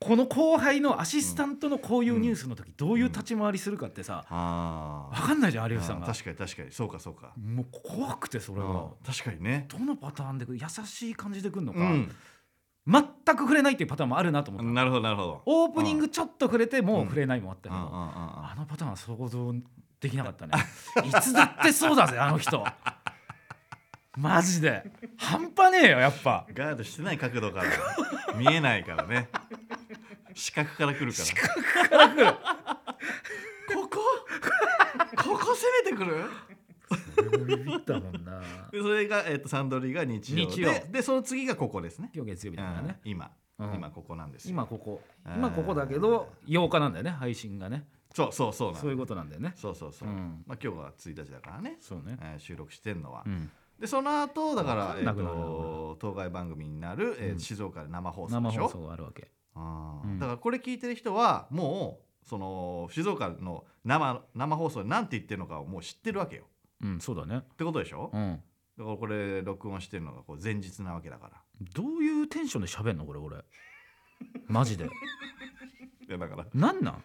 [SPEAKER 1] この後輩のアシスタントのこういうニュースの時どういう立ち回りするかってさ
[SPEAKER 2] らあ
[SPEAKER 1] わかんないじゃん有
[SPEAKER 2] 有
[SPEAKER 1] 吉さんが
[SPEAKER 2] 確かに確かにそうかそうか、
[SPEAKER 1] もう怖くてそれ
[SPEAKER 2] う
[SPEAKER 1] が
[SPEAKER 2] ん確かにね
[SPEAKER 1] どのパターンで来る優しい感じで来るのか
[SPEAKER 2] うん
[SPEAKER 1] 全く触れないっていうパターンもあるなと思った
[SPEAKER 2] なるほどなるほど
[SPEAKER 1] オープニングちょっと触れてもう触れないもあったけ
[SPEAKER 2] うんうんうん
[SPEAKER 1] ど
[SPEAKER 2] うん
[SPEAKER 1] あのパターンは想像できなかったねいつだってそうだぜあの人マジで半端ねえよやっぱ
[SPEAKER 2] ガードしてない角度から見えないからね視覚から来るから視覚から来るここここ攻めてく
[SPEAKER 1] ビ
[SPEAKER 2] る
[SPEAKER 1] ビったもんな
[SPEAKER 2] でそれが、えっとサンドリーが日曜
[SPEAKER 1] 日曜
[SPEAKER 2] ででその次がここですね、
[SPEAKER 1] 今日月曜日
[SPEAKER 2] う
[SPEAKER 1] だからね
[SPEAKER 2] ん、今、
[SPEAKER 1] うん
[SPEAKER 2] 今ここなんですよ
[SPEAKER 1] 今ここ
[SPEAKER 2] あー
[SPEAKER 1] 今ここだけど8日なんだよね配信がね
[SPEAKER 2] そうそうそうなん
[SPEAKER 1] そういうことなんだよね
[SPEAKER 2] そうそうそう、
[SPEAKER 1] うん
[SPEAKER 2] まあ、今日は1日だからね、
[SPEAKER 1] そうね
[SPEAKER 2] えー収録してんのは、
[SPEAKER 1] うん
[SPEAKER 2] でその後だから
[SPEAKER 1] わかんなくなるな
[SPEAKER 2] えーと当該番組になる、えー
[SPEAKER 1] うん
[SPEAKER 2] 静岡で生放送
[SPEAKER 1] 生
[SPEAKER 2] でしょ
[SPEAKER 1] 放送があるわけ
[SPEAKER 2] あ
[SPEAKER 1] う
[SPEAKER 2] ー
[SPEAKER 1] ん
[SPEAKER 2] だからこれ聞いてる人はもうその静岡の生生放送で何て言ってるのかをもう知ってるわけよ
[SPEAKER 1] うんそうだね
[SPEAKER 2] ってことでしょ、
[SPEAKER 1] うん
[SPEAKER 2] だからこれ録音してるのがこう前日なわけだから
[SPEAKER 1] どういうテンションで喋んのこれ俺マジで
[SPEAKER 2] いやだから
[SPEAKER 1] なんなん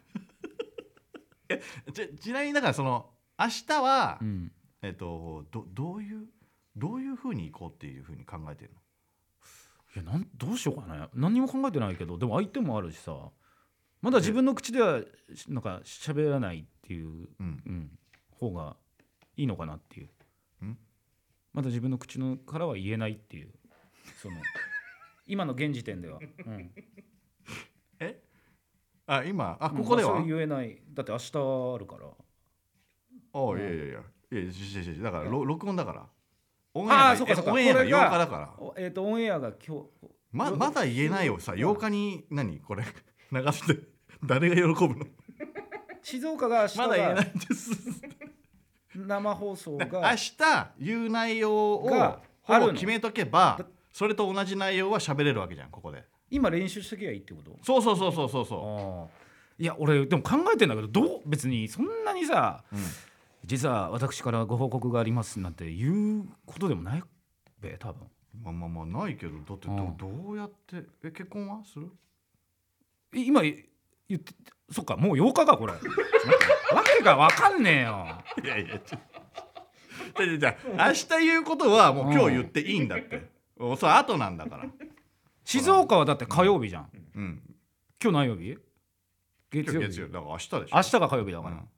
[SPEAKER 2] ちちなみにだからその明日は、
[SPEAKER 1] うん
[SPEAKER 2] えっとどどういうどういうふうに行こうっていうふうに考えてるの
[SPEAKER 1] いやなんどうしようかな何にも考えてないけどでも相手もあるしさまだ自分の口ではしなんか喋らないっていう、
[SPEAKER 2] うん
[SPEAKER 1] うん、方がいいのかなっていうんまだ自分の口のからは言えないっていうその 今の現時点では、うん、
[SPEAKER 2] えあ今あここでは、
[SPEAKER 1] まあそう言えないだって明日あるから
[SPEAKER 2] あ
[SPEAKER 1] うん
[SPEAKER 2] いやいやいやいやいやいやいやだからろ録音だからオンエア
[SPEAKER 1] あ
[SPEAKER 2] が
[SPEAKER 1] ーそっかそっか
[SPEAKER 2] オンエアが
[SPEAKER 1] こ
[SPEAKER 2] 8
[SPEAKER 1] れ
[SPEAKER 2] 日
[SPEAKER 1] が
[SPEAKER 2] だから
[SPEAKER 1] おえっ、とオンエアが今日
[SPEAKER 2] ま
[SPEAKER 1] よ
[SPEAKER 2] まだ言えないよさ
[SPEAKER 1] うん
[SPEAKER 2] 8日に何これ流して誰が喜ぶの
[SPEAKER 1] 静岡が明日
[SPEAKER 2] まだ言えな
[SPEAKER 1] が
[SPEAKER 2] いんです
[SPEAKER 1] 生放送
[SPEAKER 2] 明
[SPEAKER 1] が
[SPEAKER 2] 日言う内容を
[SPEAKER 1] が
[SPEAKER 2] ほ
[SPEAKER 1] ある
[SPEAKER 2] ぼ
[SPEAKER 1] の
[SPEAKER 2] 決めとけば
[SPEAKER 1] だ
[SPEAKER 2] それと同じ内容は喋れるわけじゃんここで
[SPEAKER 1] 今練習しときゃいいってこと
[SPEAKER 2] そうそうそうそうそうそ
[SPEAKER 1] ああいや俺でも考えてんだけどどう別にそんなにさ
[SPEAKER 2] う、うん
[SPEAKER 1] 実は私からご報告がありますなんて言うことでもないべ多分
[SPEAKER 2] まあまあまあないけどだってど,、
[SPEAKER 1] うん
[SPEAKER 2] どうやってえ結婚はする
[SPEAKER 1] え今言ってそっかもう8日かこれ ちょっと待ってわけが分かんねえよ
[SPEAKER 2] いやい やちょじゃじゃじゃ明日言うことはもう今日言っていいんだ って、おそれ後なんだから
[SPEAKER 1] 静岡はだって火曜日じゃん
[SPEAKER 2] うん
[SPEAKER 1] 今日何曜日月
[SPEAKER 2] 今日
[SPEAKER 1] 曜日
[SPEAKER 2] 月曜だから明日でしょ
[SPEAKER 1] 明日が火曜日だから、
[SPEAKER 2] うん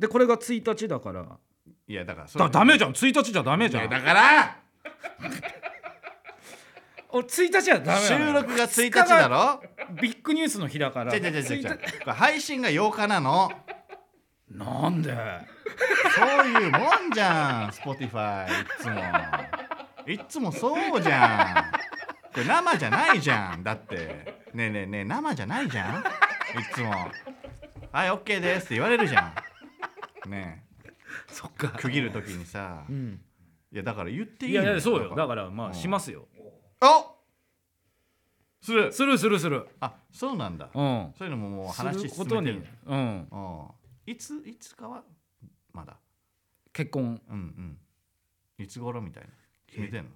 [SPEAKER 1] でこれが1日だから
[SPEAKER 2] いやだからそれ
[SPEAKER 1] だダメじゃん1日じゃダメじゃ
[SPEAKER 2] いや
[SPEAKER 1] ん
[SPEAKER 2] だから
[SPEAKER 1] 俺1日はダメなの
[SPEAKER 2] 収
[SPEAKER 1] よ
[SPEAKER 2] 録が1日だろ
[SPEAKER 1] ビッグニュースの日だから
[SPEAKER 2] 違う違う違う違う
[SPEAKER 1] 1
[SPEAKER 2] これ配信が8日なの
[SPEAKER 1] なんで
[SPEAKER 2] そういうもんじゃん Spotify いっつもいっつもそうじゃんこれ生じゃないじゃんだってねえねえねえ生じゃないじゃんいっつも「はい OK です」って言われるじゃんね
[SPEAKER 1] そっか
[SPEAKER 2] え区切る時にさ
[SPEAKER 1] うん
[SPEAKER 2] いやだから言っていい
[SPEAKER 1] い
[SPEAKER 2] の
[SPEAKER 1] やいやそうよだ
[SPEAKER 2] ら
[SPEAKER 1] からま
[SPEAKER 2] うん
[SPEAKER 1] あしますよ
[SPEAKER 2] あする
[SPEAKER 1] するするする
[SPEAKER 2] あそうなんだ
[SPEAKER 1] うん
[SPEAKER 2] そういうのももう
[SPEAKER 1] す
[SPEAKER 2] 話
[SPEAKER 1] る
[SPEAKER 2] 進
[SPEAKER 1] こ
[SPEAKER 2] めて
[SPEAKER 1] と
[SPEAKER 2] る
[SPEAKER 1] にうん
[SPEAKER 2] うんいついつかはまだ
[SPEAKER 1] 結婚
[SPEAKER 2] うんうんいつ頃みたいな決めてんの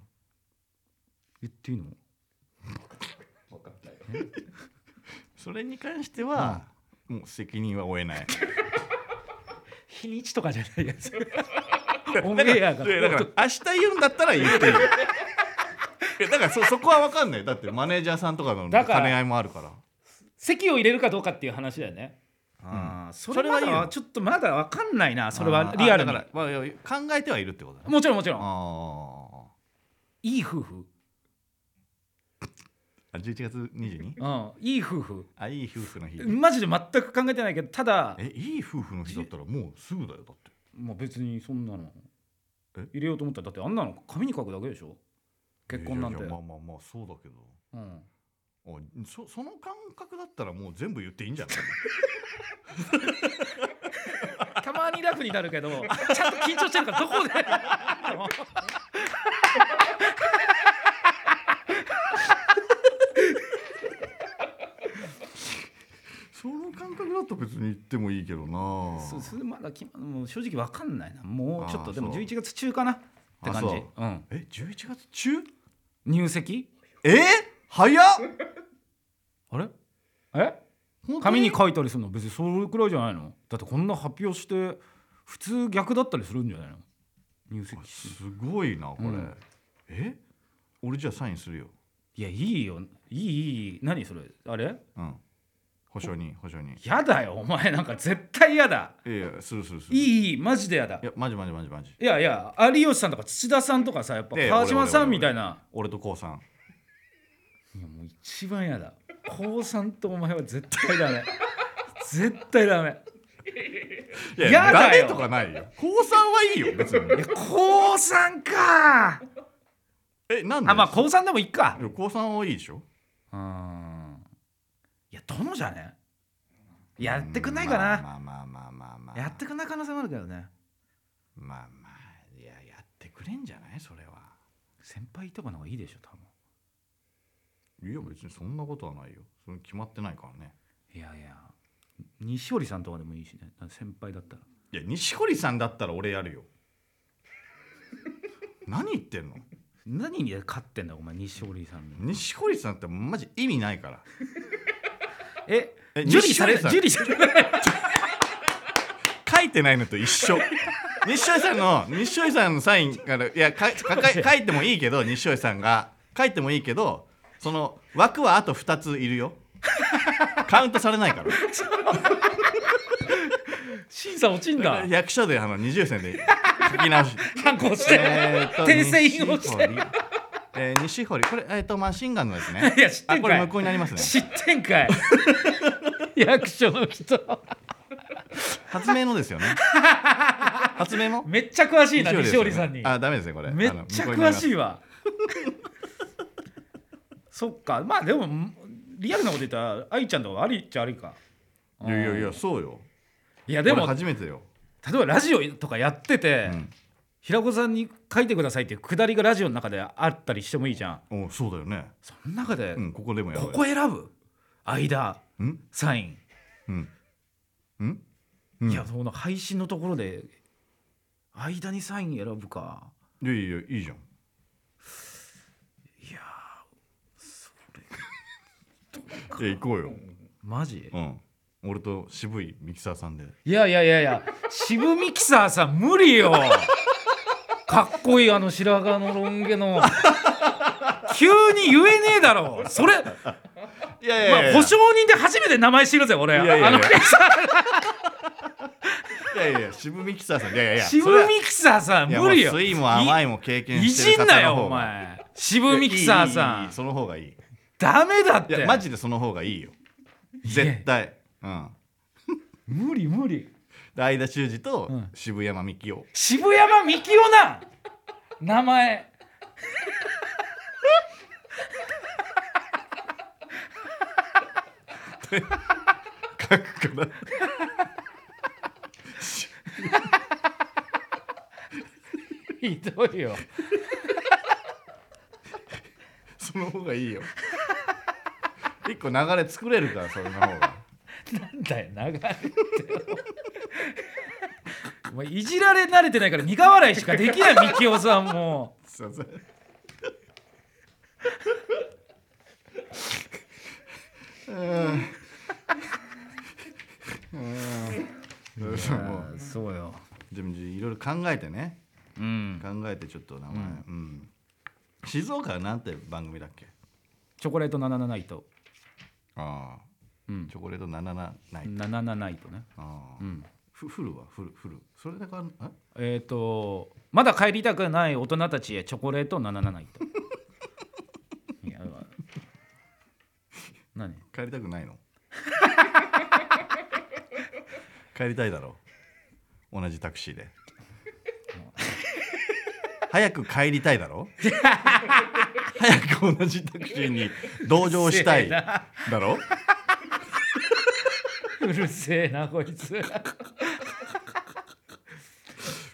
[SPEAKER 1] 言っていいの
[SPEAKER 2] それに関しては、もう責任は負 えない
[SPEAKER 1] 日にちとかじゃないやつ オンエアが
[SPEAKER 2] いやだから明日言うんだったら言 っていいよいやだからそそこは分かんないだってマネージャーさんとかの
[SPEAKER 1] だから
[SPEAKER 2] 兼ね合いもあるから
[SPEAKER 1] 席を入れるかどうかっていう話だよねああそれは
[SPEAKER 2] それはいいよ
[SPEAKER 1] ちょっとまだわかんないなそれ
[SPEAKER 2] あ
[SPEAKER 1] は
[SPEAKER 2] ー
[SPEAKER 1] リアルに
[SPEAKER 2] あだから、まあ、いや考えてはいるってことだね
[SPEAKER 1] もちろんもちろん
[SPEAKER 2] あ
[SPEAKER 1] いい夫婦
[SPEAKER 2] ーあ11月 22?
[SPEAKER 1] うんいい夫婦
[SPEAKER 2] あいい夫婦の日
[SPEAKER 1] マジで全く考えてないけどただ
[SPEAKER 2] えいい夫婦の日だったらもうすぐだよだって
[SPEAKER 1] まあ別にそんなの
[SPEAKER 2] え
[SPEAKER 1] 入れようと思ったらだってあんなの紙に書くだけでしょ結婚なんて
[SPEAKER 2] いやいやまあまあまあそうだけど
[SPEAKER 1] うん
[SPEAKER 2] おいそその感覚だったらもう全部言っていいんじゃない
[SPEAKER 1] たまにラフになるけどちゃんと緊張してるからどこで
[SPEAKER 2] その感覚だったら別に言ってもいいけど な
[SPEAKER 1] そそれまだ決まもう正直わかんないなもうちょっ
[SPEAKER 2] あ
[SPEAKER 1] と
[SPEAKER 2] ー
[SPEAKER 1] でも
[SPEAKER 2] そう
[SPEAKER 1] 11月中かなって感じ
[SPEAKER 2] あ
[SPEAKER 1] う
[SPEAKER 2] そ、
[SPEAKER 1] ん、
[SPEAKER 2] え11月中
[SPEAKER 1] 入籍
[SPEAKER 2] えー、早っあれ
[SPEAKER 1] え
[SPEAKER 2] 本当
[SPEAKER 1] 紙に書いたりするの別にそれくらいじゃないのだってこんな発表して普通逆だったりするんじゃないの入籍
[SPEAKER 2] す
[SPEAKER 1] し
[SPEAKER 2] ごいなこれ、
[SPEAKER 1] うん
[SPEAKER 2] え俺じゃあサインするよ
[SPEAKER 1] いやいいよいいいい何それあれ
[SPEAKER 2] うん保証人保証人
[SPEAKER 1] やだよお前なんか絶対やだ
[SPEAKER 2] いやいやするするする
[SPEAKER 1] い
[SPEAKER 2] い
[SPEAKER 1] いいいマジでやだ
[SPEAKER 2] やマジマジマジマジ
[SPEAKER 1] いやいや有吉さんとか土田さんとかさやっぱ
[SPEAKER 2] いやいや
[SPEAKER 1] 川島さん
[SPEAKER 2] 俺
[SPEAKER 1] み
[SPEAKER 2] 俺
[SPEAKER 1] た
[SPEAKER 2] 俺
[SPEAKER 1] いな
[SPEAKER 2] 俺とこうさん
[SPEAKER 1] いやもう一番やだ高さんとお前は絶対ダメ絶対ダメ
[SPEAKER 2] い
[SPEAKER 1] やだよ
[SPEAKER 2] ダメとかないよこうさんはいいよ 別に
[SPEAKER 1] いや高さんか
[SPEAKER 2] えなんで
[SPEAKER 1] あまあ高さんでもいいか
[SPEAKER 2] いやこうさんはいいでしょ
[SPEAKER 1] うんいや殿じゃねやってくんないかな、
[SPEAKER 2] まあまあまあまあまあ、まあ、
[SPEAKER 1] やってくんない可能性もあるけどね
[SPEAKER 2] まあまあいややってくれんじゃないそれは
[SPEAKER 1] 先輩とかの方がいいでしょ多分
[SPEAKER 2] いや別にそんなことはないよそれ決まってないからね
[SPEAKER 1] いやいや西織さんとかでもいいしね先輩だったら
[SPEAKER 2] いや錦織さんだったら俺やるよ 何言ってんの
[SPEAKER 1] 何に勝ってんだよお前西織さんに
[SPEAKER 2] 錦織さんってマジ意味ないから
[SPEAKER 1] え
[SPEAKER 2] え
[SPEAKER 1] 受理され
[SPEAKER 2] 西織さん
[SPEAKER 1] 受理され
[SPEAKER 2] 書いてないのと一緒西織さんの西織さんのサインからいやかかか書いてもいいけど西織さんが書いてもいいけどその枠はあと2ついるよカウントされないから
[SPEAKER 1] 審査落ちんだ
[SPEAKER 2] 役所であの20線で書き直し
[SPEAKER 1] 反抗して、
[SPEAKER 2] ーと
[SPEAKER 1] 訂正印をし
[SPEAKER 2] 西堀えー西堀これえっ、とマシンガンのですね
[SPEAKER 1] いや知って
[SPEAKER 2] あ
[SPEAKER 1] ん
[SPEAKER 2] こ
[SPEAKER 1] か
[SPEAKER 2] れ
[SPEAKER 1] い
[SPEAKER 2] 無効になりますね
[SPEAKER 1] 知ってん かい役所の人
[SPEAKER 2] 発明ので すよね発明の
[SPEAKER 1] めっちゃ詳しいな
[SPEAKER 2] 西堀
[SPEAKER 1] 西織
[SPEAKER 2] ですよね
[SPEAKER 1] さんに
[SPEAKER 2] あダメですねこれ
[SPEAKER 1] めっちゃ詳し
[SPEAKER 2] い
[SPEAKER 1] いわ そっかまあでもリアルなこと言ったら愛ちゃんとかはありっちゃありか
[SPEAKER 2] いやいやいやそうよ
[SPEAKER 1] いやでも
[SPEAKER 2] 俺
[SPEAKER 1] 例
[SPEAKER 2] 初めてよ、
[SPEAKER 1] えばラジオとかやってて、
[SPEAKER 2] うん
[SPEAKER 1] 平子さんに書いてくださいっていうくだりがラジオの中であったりしてもいいじゃん
[SPEAKER 2] おそうだよね
[SPEAKER 1] その中で、
[SPEAKER 2] うんここでもやろ
[SPEAKER 1] こ
[SPEAKER 2] うよ
[SPEAKER 1] こ選ぶ間
[SPEAKER 2] うん
[SPEAKER 1] サイン、
[SPEAKER 2] うんうんうん
[SPEAKER 1] いやその配信のところで間にサイン選ぶか
[SPEAKER 2] いやいやいいじゃん
[SPEAKER 1] いや
[SPEAKER 2] いや行こうよ
[SPEAKER 1] マジ、
[SPEAKER 2] うん俺と渋いミキサーさんで
[SPEAKER 1] いやいやいやいや、渋ミキサーさん無理よ。 かっこいいあの白髪のロン毛の。急に言えねえだろ。それ、まあ、
[SPEAKER 2] いや
[SPEAKER 1] 保証人で初めて名前知るぜ、俺。
[SPEAKER 2] いやいやいや
[SPEAKER 1] あのミキサ
[SPEAKER 2] いやいや渋ミキサーさんいやいやい
[SPEAKER 1] ー、
[SPEAKER 2] や
[SPEAKER 1] 渋ミキサーさん無理よ。
[SPEAKER 2] 水も甘い
[SPEAKER 1] い
[SPEAKER 2] も経験
[SPEAKER 1] い
[SPEAKER 2] して
[SPEAKER 1] じ
[SPEAKER 2] る
[SPEAKER 1] んな
[SPEAKER 2] 方の
[SPEAKER 1] よ、
[SPEAKER 2] 方
[SPEAKER 1] お
[SPEAKER 2] が
[SPEAKER 1] 前。渋ミキサー
[SPEAKER 2] いやいいい
[SPEAKER 1] さ
[SPEAKER 2] いいい
[SPEAKER 1] ん。
[SPEAKER 2] その方がいい
[SPEAKER 1] ダメだっ
[SPEAKER 2] いや
[SPEAKER 1] て。
[SPEAKER 2] マジでその方がいいよ絶対うん
[SPEAKER 1] 無理無理。
[SPEAKER 2] で相田修二と
[SPEAKER 1] うん
[SPEAKER 2] 渋山美樹を
[SPEAKER 1] 渋山幹雄な名前
[SPEAKER 2] 書くから
[SPEAKER 1] ひどいよ。
[SPEAKER 2] その方がいいよ一個流れ作れるからその方が
[SPEAKER 1] なんだよ流れってお前いじられ慣れてないから苦笑いしかできないみきおさんも
[SPEAKER 2] すいませんもう
[SPEAKER 1] そうよ
[SPEAKER 2] でもいろいろ考えてね
[SPEAKER 1] うん
[SPEAKER 2] 考えてちょっと名前、うん静岡はなんて番組だっけ
[SPEAKER 1] チョコレート77ナイト
[SPEAKER 2] ああ
[SPEAKER 1] うん
[SPEAKER 2] チョコレート77ない、
[SPEAKER 1] 77ナイトね
[SPEAKER 2] ああ
[SPEAKER 1] うん
[SPEAKER 2] ふフルはフルフルそれだからあ
[SPEAKER 1] えっ、とまだ帰りたくない大人たちへチョコレート77ナイトいやうわ何
[SPEAKER 2] 帰りたくな いの帰りたいだろう同じタクシーで早く帰りたい だろう早く同じタクシーに同乗したいだろう
[SPEAKER 1] うるせえなこいつ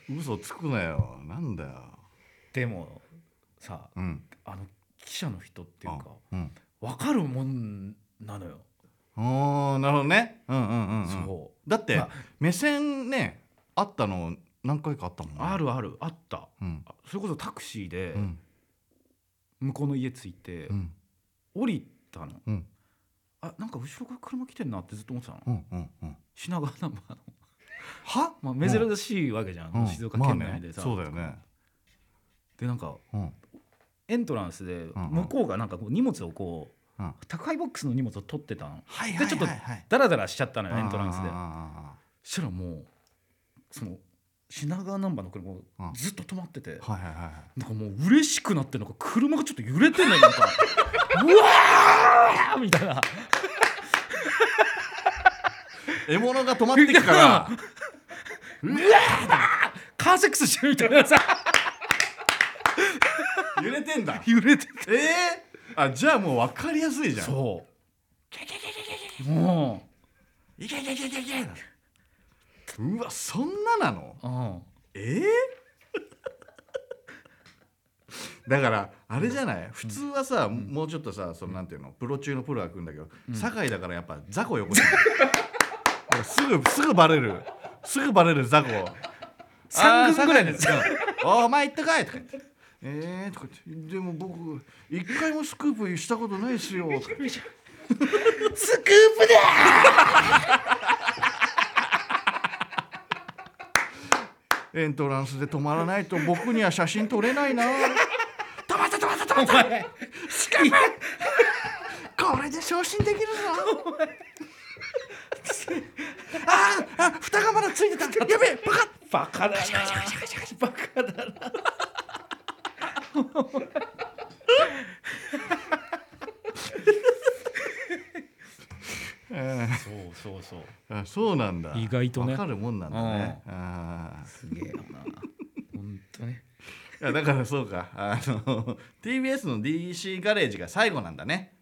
[SPEAKER 2] 嘘つくなよなんだよ
[SPEAKER 1] でもさ
[SPEAKER 2] うん
[SPEAKER 1] あの記者の人っていうか
[SPEAKER 2] あうん
[SPEAKER 1] 分かるもんなのよ、
[SPEAKER 2] あーなるほどねうんうんうん、うん、
[SPEAKER 1] そ
[SPEAKER 2] だって、
[SPEAKER 1] まあ
[SPEAKER 2] 目線ねあったの何回かあったもんね
[SPEAKER 1] うあるあるあった
[SPEAKER 2] うん
[SPEAKER 1] あそれこそタクシーで
[SPEAKER 2] うん
[SPEAKER 1] 向こうの家着いて
[SPEAKER 2] うん
[SPEAKER 1] 降りたの
[SPEAKER 2] うん
[SPEAKER 1] あなんか後ろから車来てんなってずっと思ってたの
[SPEAKER 2] うんうんうん
[SPEAKER 1] 品川ナンバーの
[SPEAKER 2] は
[SPEAKER 1] まあ、珍しいわけじゃん、
[SPEAKER 2] うん
[SPEAKER 1] 静岡県内でさ、
[SPEAKER 2] まあね、そうだよね
[SPEAKER 1] でなんか
[SPEAKER 2] うん
[SPEAKER 1] エントランスで
[SPEAKER 2] うん
[SPEAKER 1] 向こうがなんかこう荷物をこう、
[SPEAKER 2] うん
[SPEAKER 1] 宅配ボックスの荷物を取ってたの
[SPEAKER 2] はい
[SPEAKER 1] でちょっと
[SPEAKER 2] はい
[SPEAKER 1] ダラダラしちゃったのよエントランスで
[SPEAKER 2] あーあ
[SPEAKER 1] そしたらもうその品川ナンバーの車
[SPEAKER 2] う
[SPEAKER 1] が
[SPEAKER 2] ん
[SPEAKER 1] ずっと止まってて、
[SPEAKER 2] ーあーはいはいはいはい
[SPEAKER 1] なんかもう嬉しくなってなんか車がちょっと揺れてんのよなんかうわーみたいな
[SPEAKER 2] 獲物が止まってきたから
[SPEAKER 1] カーセックスしてるみたいなさ
[SPEAKER 2] 揺れてんだ
[SPEAKER 1] 揺れて
[SPEAKER 2] ええー、あじゃあもう分かりやすいじ
[SPEAKER 1] て
[SPEAKER 2] ゃん
[SPEAKER 1] そうも
[SPEAKER 2] いけいけいけいけいけうわそんななの
[SPEAKER 1] う、うん、
[SPEAKER 2] ええ だからあれじゃない普通はさ、もうちょっとさそのなんていうのプロ中のプロが来るんだけど、酒井だからやっぱ雑魚よこし すぐすぐバレるすぐバレる雑 魚
[SPEAKER 1] 3軍ぐらいのやつ
[SPEAKER 2] あー酒井ですうんお前行ったかいとか言ってえー、とか言ってでも僕一回もスクープしたことないですよとか言って
[SPEAKER 1] スクープだ
[SPEAKER 2] エントランスで止まらないと僕には写真撮れないな 止まった止まった止ま
[SPEAKER 1] お
[SPEAKER 2] った
[SPEAKER 1] 前
[SPEAKER 2] これで昇進できる ぞあーあ蓋がまだつ いてたやべえバ
[SPEAKER 1] バカ
[SPEAKER 2] カ
[SPEAKER 1] だなバカだ なそうそうそう
[SPEAKER 2] あそうなんだ
[SPEAKER 1] 意外とね
[SPEAKER 2] わかるもんなんだねあ
[SPEAKER 1] すげえよな本当ね
[SPEAKER 2] ーいやだからそうかあの TBS の DC ガレージが最後なんだね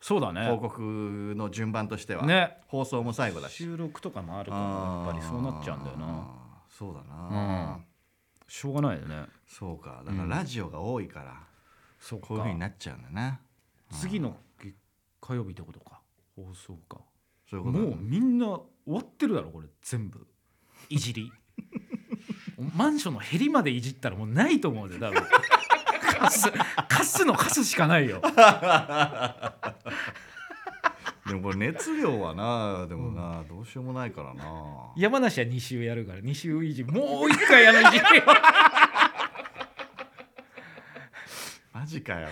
[SPEAKER 1] そうだ
[SPEAKER 2] 報
[SPEAKER 1] ね
[SPEAKER 2] 告の順番としては、
[SPEAKER 1] ね
[SPEAKER 2] 放送も最後だし
[SPEAKER 1] 収録とかもあるから
[SPEAKER 2] あ
[SPEAKER 1] やっ
[SPEAKER 2] ー
[SPEAKER 1] ぱりそうなっちゃうんだよな
[SPEAKER 2] そうだな、
[SPEAKER 1] うんしょうがないよね
[SPEAKER 2] そうかだからラジオが多いから、
[SPEAKER 1] そうか
[SPEAKER 2] こういうふうになっちゃうんだな
[SPEAKER 1] 次の月火曜日ってことか放送か
[SPEAKER 2] そういうことだ
[SPEAKER 1] もうみんな終わってるだろこれ全部いじり マンションのへりまでいじったらもうないと思うで多分カスカスのカスしかないよ
[SPEAKER 2] でもこれ熱量はなでもな、どうしようもないからな
[SPEAKER 1] 山梨は2週やるから2週維持もう一回やるいじりは
[SPEAKER 2] マジかよ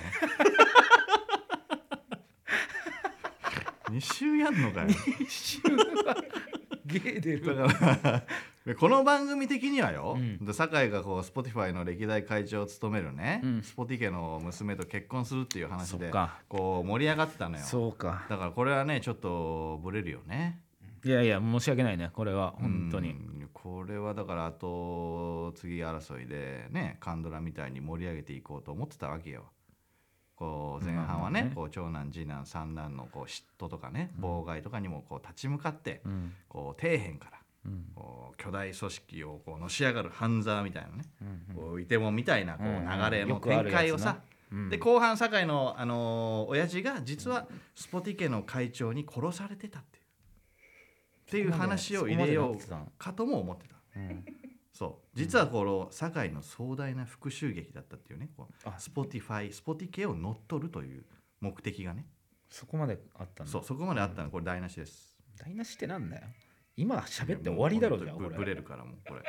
[SPEAKER 2] 2週やんのかよ
[SPEAKER 1] 二 週はゲー出
[SPEAKER 2] だ
[SPEAKER 1] る
[SPEAKER 2] からこの番組的にはよ、
[SPEAKER 1] うん
[SPEAKER 2] で酒井がこう Spotify の歴代会長を務めるね、
[SPEAKER 1] うん
[SPEAKER 2] Spotify 家の娘と結婚するっていう話
[SPEAKER 1] そっ
[SPEAKER 2] で
[SPEAKER 1] か
[SPEAKER 2] こう盛り上がってたのよ
[SPEAKER 1] そうか
[SPEAKER 2] だからこれはねちょっとブレるよね
[SPEAKER 1] いやいや申し訳ないねこれは本当
[SPEAKER 2] う
[SPEAKER 1] に
[SPEAKER 2] んこれはだからあと次争いでねカンドラみたいに盛り上げていこうと思ってたわけよこう前半は
[SPEAKER 1] ま
[SPEAKER 2] ね,、
[SPEAKER 1] あね
[SPEAKER 2] こう長男次男三男のこう嫉妬とかね妨害とかにもこう立ち向かって、
[SPEAKER 1] うん
[SPEAKER 2] こう底辺から
[SPEAKER 1] うん
[SPEAKER 2] こう巨大組織をこうのし上がる半沢みたいなね、
[SPEAKER 1] うん
[SPEAKER 2] こういてもみたいなこう
[SPEAKER 1] うん
[SPEAKER 2] 流れの
[SPEAKER 1] よくあ
[SPEAKER 2] 展
[SPEAKER 1] るやつな
[SPEAKER 2] 開をさ、
[SPEAKER 1] うん
[SPEAKER 2] で後半堺の、あのー親父が実はスポティ家の会長に殺されてたっていうっていう話を入れようかとも思ってた
[SPEAKER 1] うん
[SPEAKER 2] そう実はこの堺の壮大な復讐劇だったっていうねこう
[SPEAKER 1] あ
[SPEAKER 2] スポティファイスポティ家を乗っ取るという目的がね
[SPEAKER 1] そこまであったんだ
[SPEAKER 2] そうそこまであったのこれ台無しです
[SPEAKER 1] 台無しってなんだよ今喋って終わりだろじゃあ
[SPEAKER 2] ブ
[SPEAKER 1] これ
[SPEAKER 2] ブレるからもうこれ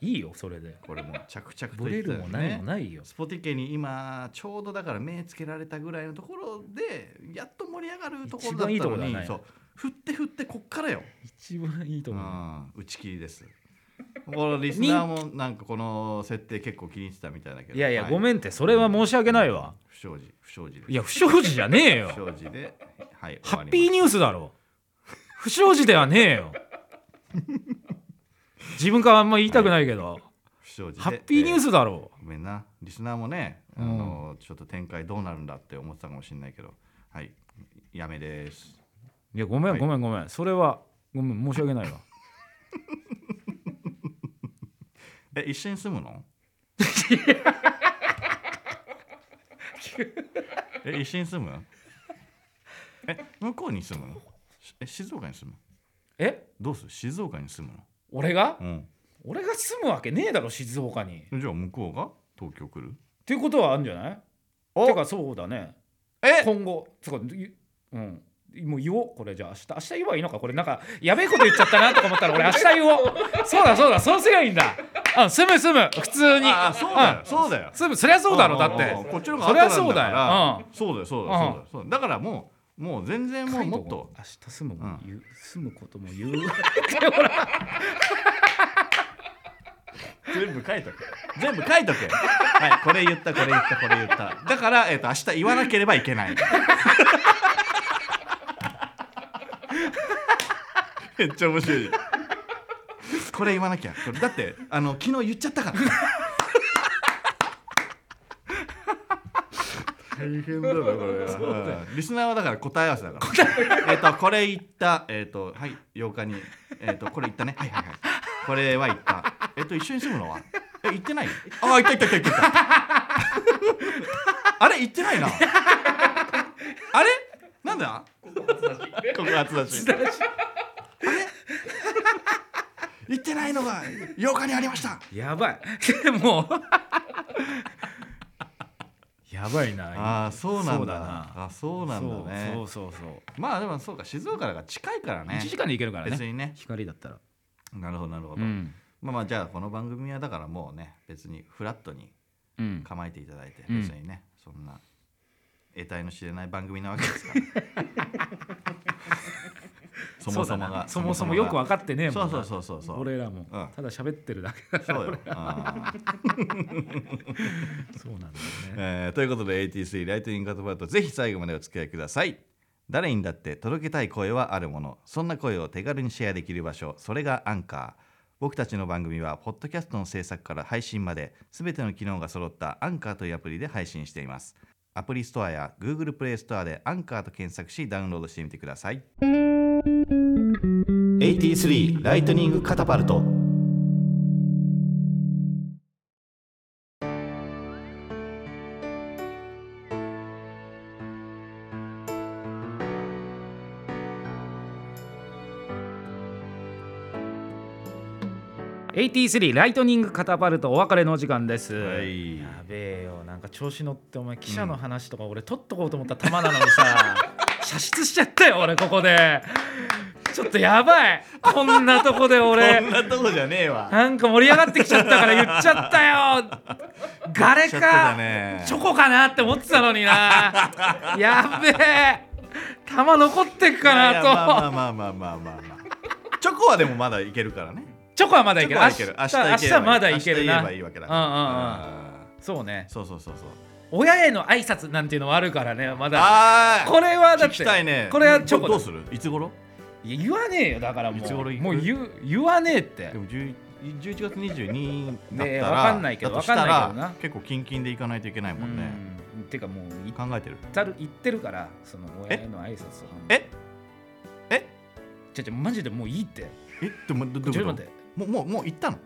[SPEAKER 1] いいよそれで
[SPEAKER 2] これもう着々と
[SPEAKER 1] ブレ
[SPEAKER 2] 言ってた
[SPEAKER 1] る
[SPEAKER 2] よ
[SPEAKER 1] も
[SPEAKER 2] ね
[SPEAKER 1] ないもないよ
[SPEAKER 2] スポティケに今ちょうどだから目つけられたぐらいのところでやっと盛り上がるところだったの
[SPEAKER 1] 一番い
[SPEAKER 2] に
[SPEAKER 1] いとこだね
[SPEAKER 2] そう振って振ってこっからよ、
[SPEAKER 1] 一番いいと
[SPEAKER 2] う
[SPEAKER 1] 思う、
[SPEAKER 2] ん、打ち切りですこのリスナーもなんかこの設定結構気に入ってたみたいだけど
[SPEAKER 1] いやいや、
[SPEAKER 2] は
[SPEAKER 1] ごめんってそれは申し訳ないわ
[SPEAKER 2] 不祥事不祥事です
[SPEAKER 1] いや不祥事じゃねえ
[SPEAKER 2] 不
[SPEAKER 1] よ
[SPEAKER 2] 祥事ではい
[SPEAKER 1] ハッピーニュースだろ不祥事ではねえ よ自分からあんま言いたくないけど、
[SPEAKER 2] ー
[SPEAKER 1] ハッピーニュー
[SPEAKER 2] ス
[SPEAKER 1] スだろ
[SPEAKER 2] ごめんなリスナーもね、あのちょっと展開どうなるんだって思ってたかもしれないけどはいやめです
[SPEAKER 1] いやごめ
[SPEAKER 2] は
[SPEAKER 1] ん
[SPEAKER 2] い
[SPEAKER 1] ごめんごめんそれはごめん申し訳ないわ
[SPEAKER 2] え一緒に住 むのえ一緒に住むえ向こうに住むのしえ静岡に住む
[SPEAKER 1] え
[SPEAKER 2] どうする静岡に住む
[SPEAKER 1] 俺が
[SPEAKER 2] の
[SPEAKER 1] 俺が住むわけねえだろ静岡にっ
[SPEAKER 2] うんじゃあ向こうが東京来る
[SPEAKER 1] ていうことはあるんじゃない
[SPEAKER 2] お
[SPEAKER 1] てかそうだね
[SPEAKER 2] え
[SPEAKER 1] 今後つうかゆうんもう言おうこれじゃあ明日明日言えばいいのかこれなんかやべえこと言っちゃったなとか思ったら俺明日言 おうそうだそうだそうすりゃいいんだうん住む住む普通に
[SPEAKER 2] あそうだよ
[SPEAKER 1] ん
[SPEAKER 2] そうだよ
[SPEAKER 1] 住むそりゃそうだろだっ
[SPEAKER 2] んん
[SPEAKER 1] て
[SPEAKER 2] んこっちの方が後なんだかそうだよそうだよそうだ
[SPEAKER 1] う
[SPEAKER 2] よそうだよだからもうもう全然もうもっと
[SPEAKER 1] 明日住む
[SPEAKER 2] うん
[SPEAKER 1] 言う住むことも言う
[SPEAKER 2] 全部書いとけ全部書いとけはいこれ言ったこれ言ったこれ言っただから、えっと明日言わなければいけない めっちゃ面白いこれ言わなきゃこれだってあの昨日言っちゃったから大変だなこれリスナーはだから答え合わせだからえっとこれ言ったえっ、とはい8日にえっ、とこれ言ったねはいはいはいこれは言ったえっと一緒に住むのはえ言ってないああ言った言った言った言ったあれ言ってないなあれなんだここ初出しあれ言ってないのが8日にありました
[SPEAKER 1] やばい もうやばいな
[SPEAKER 2] ああそうなんだ
[SPEAKER 1] そうだな
[SPEAKER 2] あそうなんだね
[SPEAKER 1] そうそうそうそう
[SPEAKER 2] まあでもそうか静岡だから近いからね
[SPEAKER 1] 1時間で行けるから
[SPEAKER 2] 別
[SPEAKER 1] ね
[SPEAKER 2] にね
[SPEAKER 1] 光だったら
[SPEAKER 2] なるほどなるほ
[SPEAKER 1] う
[SPEAKER 2] ど、
[SPEAKER 1] ん
[SPEAKER 2] まあまあじゃあこの番組はだからもうね別にフラットに
[SPEAKER 1] うん
[SPEAKER 2] 構えていただいて
[SPEAKER 1] うん
[SPEAKER 2] 別にね、そんな得体の知れない番組なわけですからそも そも が
[SPEAKER 1] そもそもよく分かってねえ
[SPEAKER 2] そ
[SPEAKER 1] も
[SPEAKER 2] うんそう
[SPEAKER 1] な
[SPEAKER 2] そうそうそう
[SPEAKER 1] 俺らも
[SPEAKER 2] うん
[SPEAKER 1] ただ喋ってるだけ だか
[SPEAKER 2] そ
[SPEAKER 1] ら
[SPEAKER 2] うよ、うん
[SPEAKER 1] そうなんだよね
[SPEAKER 2] えーということで AT3 ライトニングカットパートぜひ最後までお付き合いください誰にだって届けたい声はあるものそんな声を手軽にシェアできる場所それがアンカー僕たちの番組はポッドキャストの制作から配信まで全ての機能が揃ったアンカーというアプリで配信していますアプリストアや Google プレイストアでアンカーと検索しダウンロードしてみてください AT3 ライトニングカタパルト
[SPEAKER 1] 83ライトニングカタパルトお別れのお時間です、
[SPEAKER 2] はい
[SPEAKER 1] やべえよなんか調子乗ってお前記者の話とか俺取っとこうと思った球なのにさ 射出しちゃったよ俺ここでちょっとやばいこんなと こで俺
[SPEAKER 2] なとこじゃねえわ
[SPEAKER 1] なんか盛り上がってきちゃったから言っちゃったよガレ
[SPEAKER 2] ちょっとだ
[SPEAKER 1] か、
[SPEAKER 2] ね
[SPEAKER 1] チョコかなって思ってたのになやべえ玉残ってっか
[SPEAKER 2] いやい
[SPEAKER 1] な
[SPEAKER 2] や
[SPEAKER 1] と、
[SPEAKER 2] まあまあまあまあまあまあまあチョコはでもまだいけるからね
[SPEAKER 1] チョコはまだ
[SPEAKER 2] チ
[SPEAKER 1] い
[SPEAKER 2] ョ
[SPEAKER 1] け
[SPEAKER 2] コ
[SPEAKER 1] る
[SPEAKER 2] はいける明日
[SPEAKER 1] 明
[SPEAKER 2] 行
[SPEAKER 1] 日
[SPEAKER 2] ければ
[SPEAKER 1] まだいける
[SPEAKER 2] 明日言え
[SPEAKER 1] な
[SPEAKER 2] ばいいわけだ
[SPEAKER 1] うんうんうん
[SPEAKER 2] あ
[SPEAKER 1] そうね
[SPEAKER 2] ーそうそうそうそう
[SPEAKER 1] 親への挨拶なんていうのもあるからねまだ
[SPEAKER 2] あー
[SPEAKER 1] これはだって
[SPEAKER 2] 聞きたいね
[SPEAKER 1] これはチョコだ
[SPEAKER 2] どどうするいつ頃
[SPEAKER 1] いや言わねえよだからも
[SPEAKER 2] いつ頃
[SPEAKER 1] う
[SPEAKER 2] 行く
[SPEAKER 1] もう言う言わねえって
[SPEAKER 2] でも10 11月22になったら、
[SPEAKER 1] ねえわかんないけど
[SPEAKER 2] だとしたら
[SPEAKER 1] わかんないけ
[SPEAKER 2] 結構キンキンで行かないといけないもんね、
[SPEAKER 1] うんてかもう言っ
[SPEAKER 2] 考えてる
[SPEAKER 1] たる言ってるからその親への挨拶とかも
[SPEAKER 2] ええ
[SPEAKER 1] ちょちょマジでもういいって
[SPEAKER 2] えでもどどう
[SPEAKER 1] ち
[SPEAKER 2] い
[SPEAKER 1] ょ
[SPEAKER 2] う
[SPEAKER 1] っと待
[SPEAKER 2] こ
[SPEAKER 1] っ
[SPEAKER 2] と
[SPEAKER 1] て
[SPEAKER 2] もうもうもう行ったの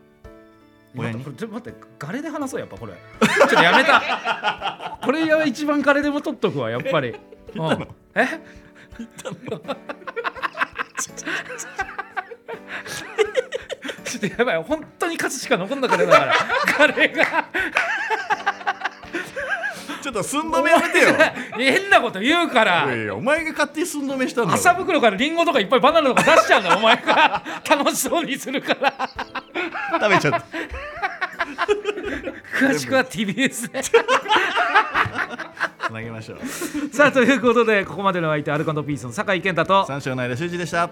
[SPEAKER 2] 親に
[SPEAKER 1] 待ってこれちょっと待ってガレで話そうやっぱこれちょっとやめた これは一番ガレでも取っとくわやっぱり
[SPEAKER 2] 言ったの
[SPEAKER 1] うんえちょっとやばい本当に勝つしか残んなかっただからガレが
[SPEAKER 2] ちょっとと寸止めや めてよ
[SPEAKER 1] 変なこと言うか
[SPEAKER 2] いや
[SPEAKER 1] ら
[SPEAKER 2] いやお前が勝手に寸止めしたんだろ
[SPEAKER 1] 麻袋からリンゴとかいっぱいバナナとか出しちゃうんだよお前が楽しそうにするから
[SPEAKER 2] 食べちゃった
[SPEAKER 1] 詳しくは TBS で
[SPEAKER 2] 投げましょう
[SPEAKER 1] さあということでここまでの相手アルコピースの酒井健太と
[SPEAKER 2] 三章の間修二でした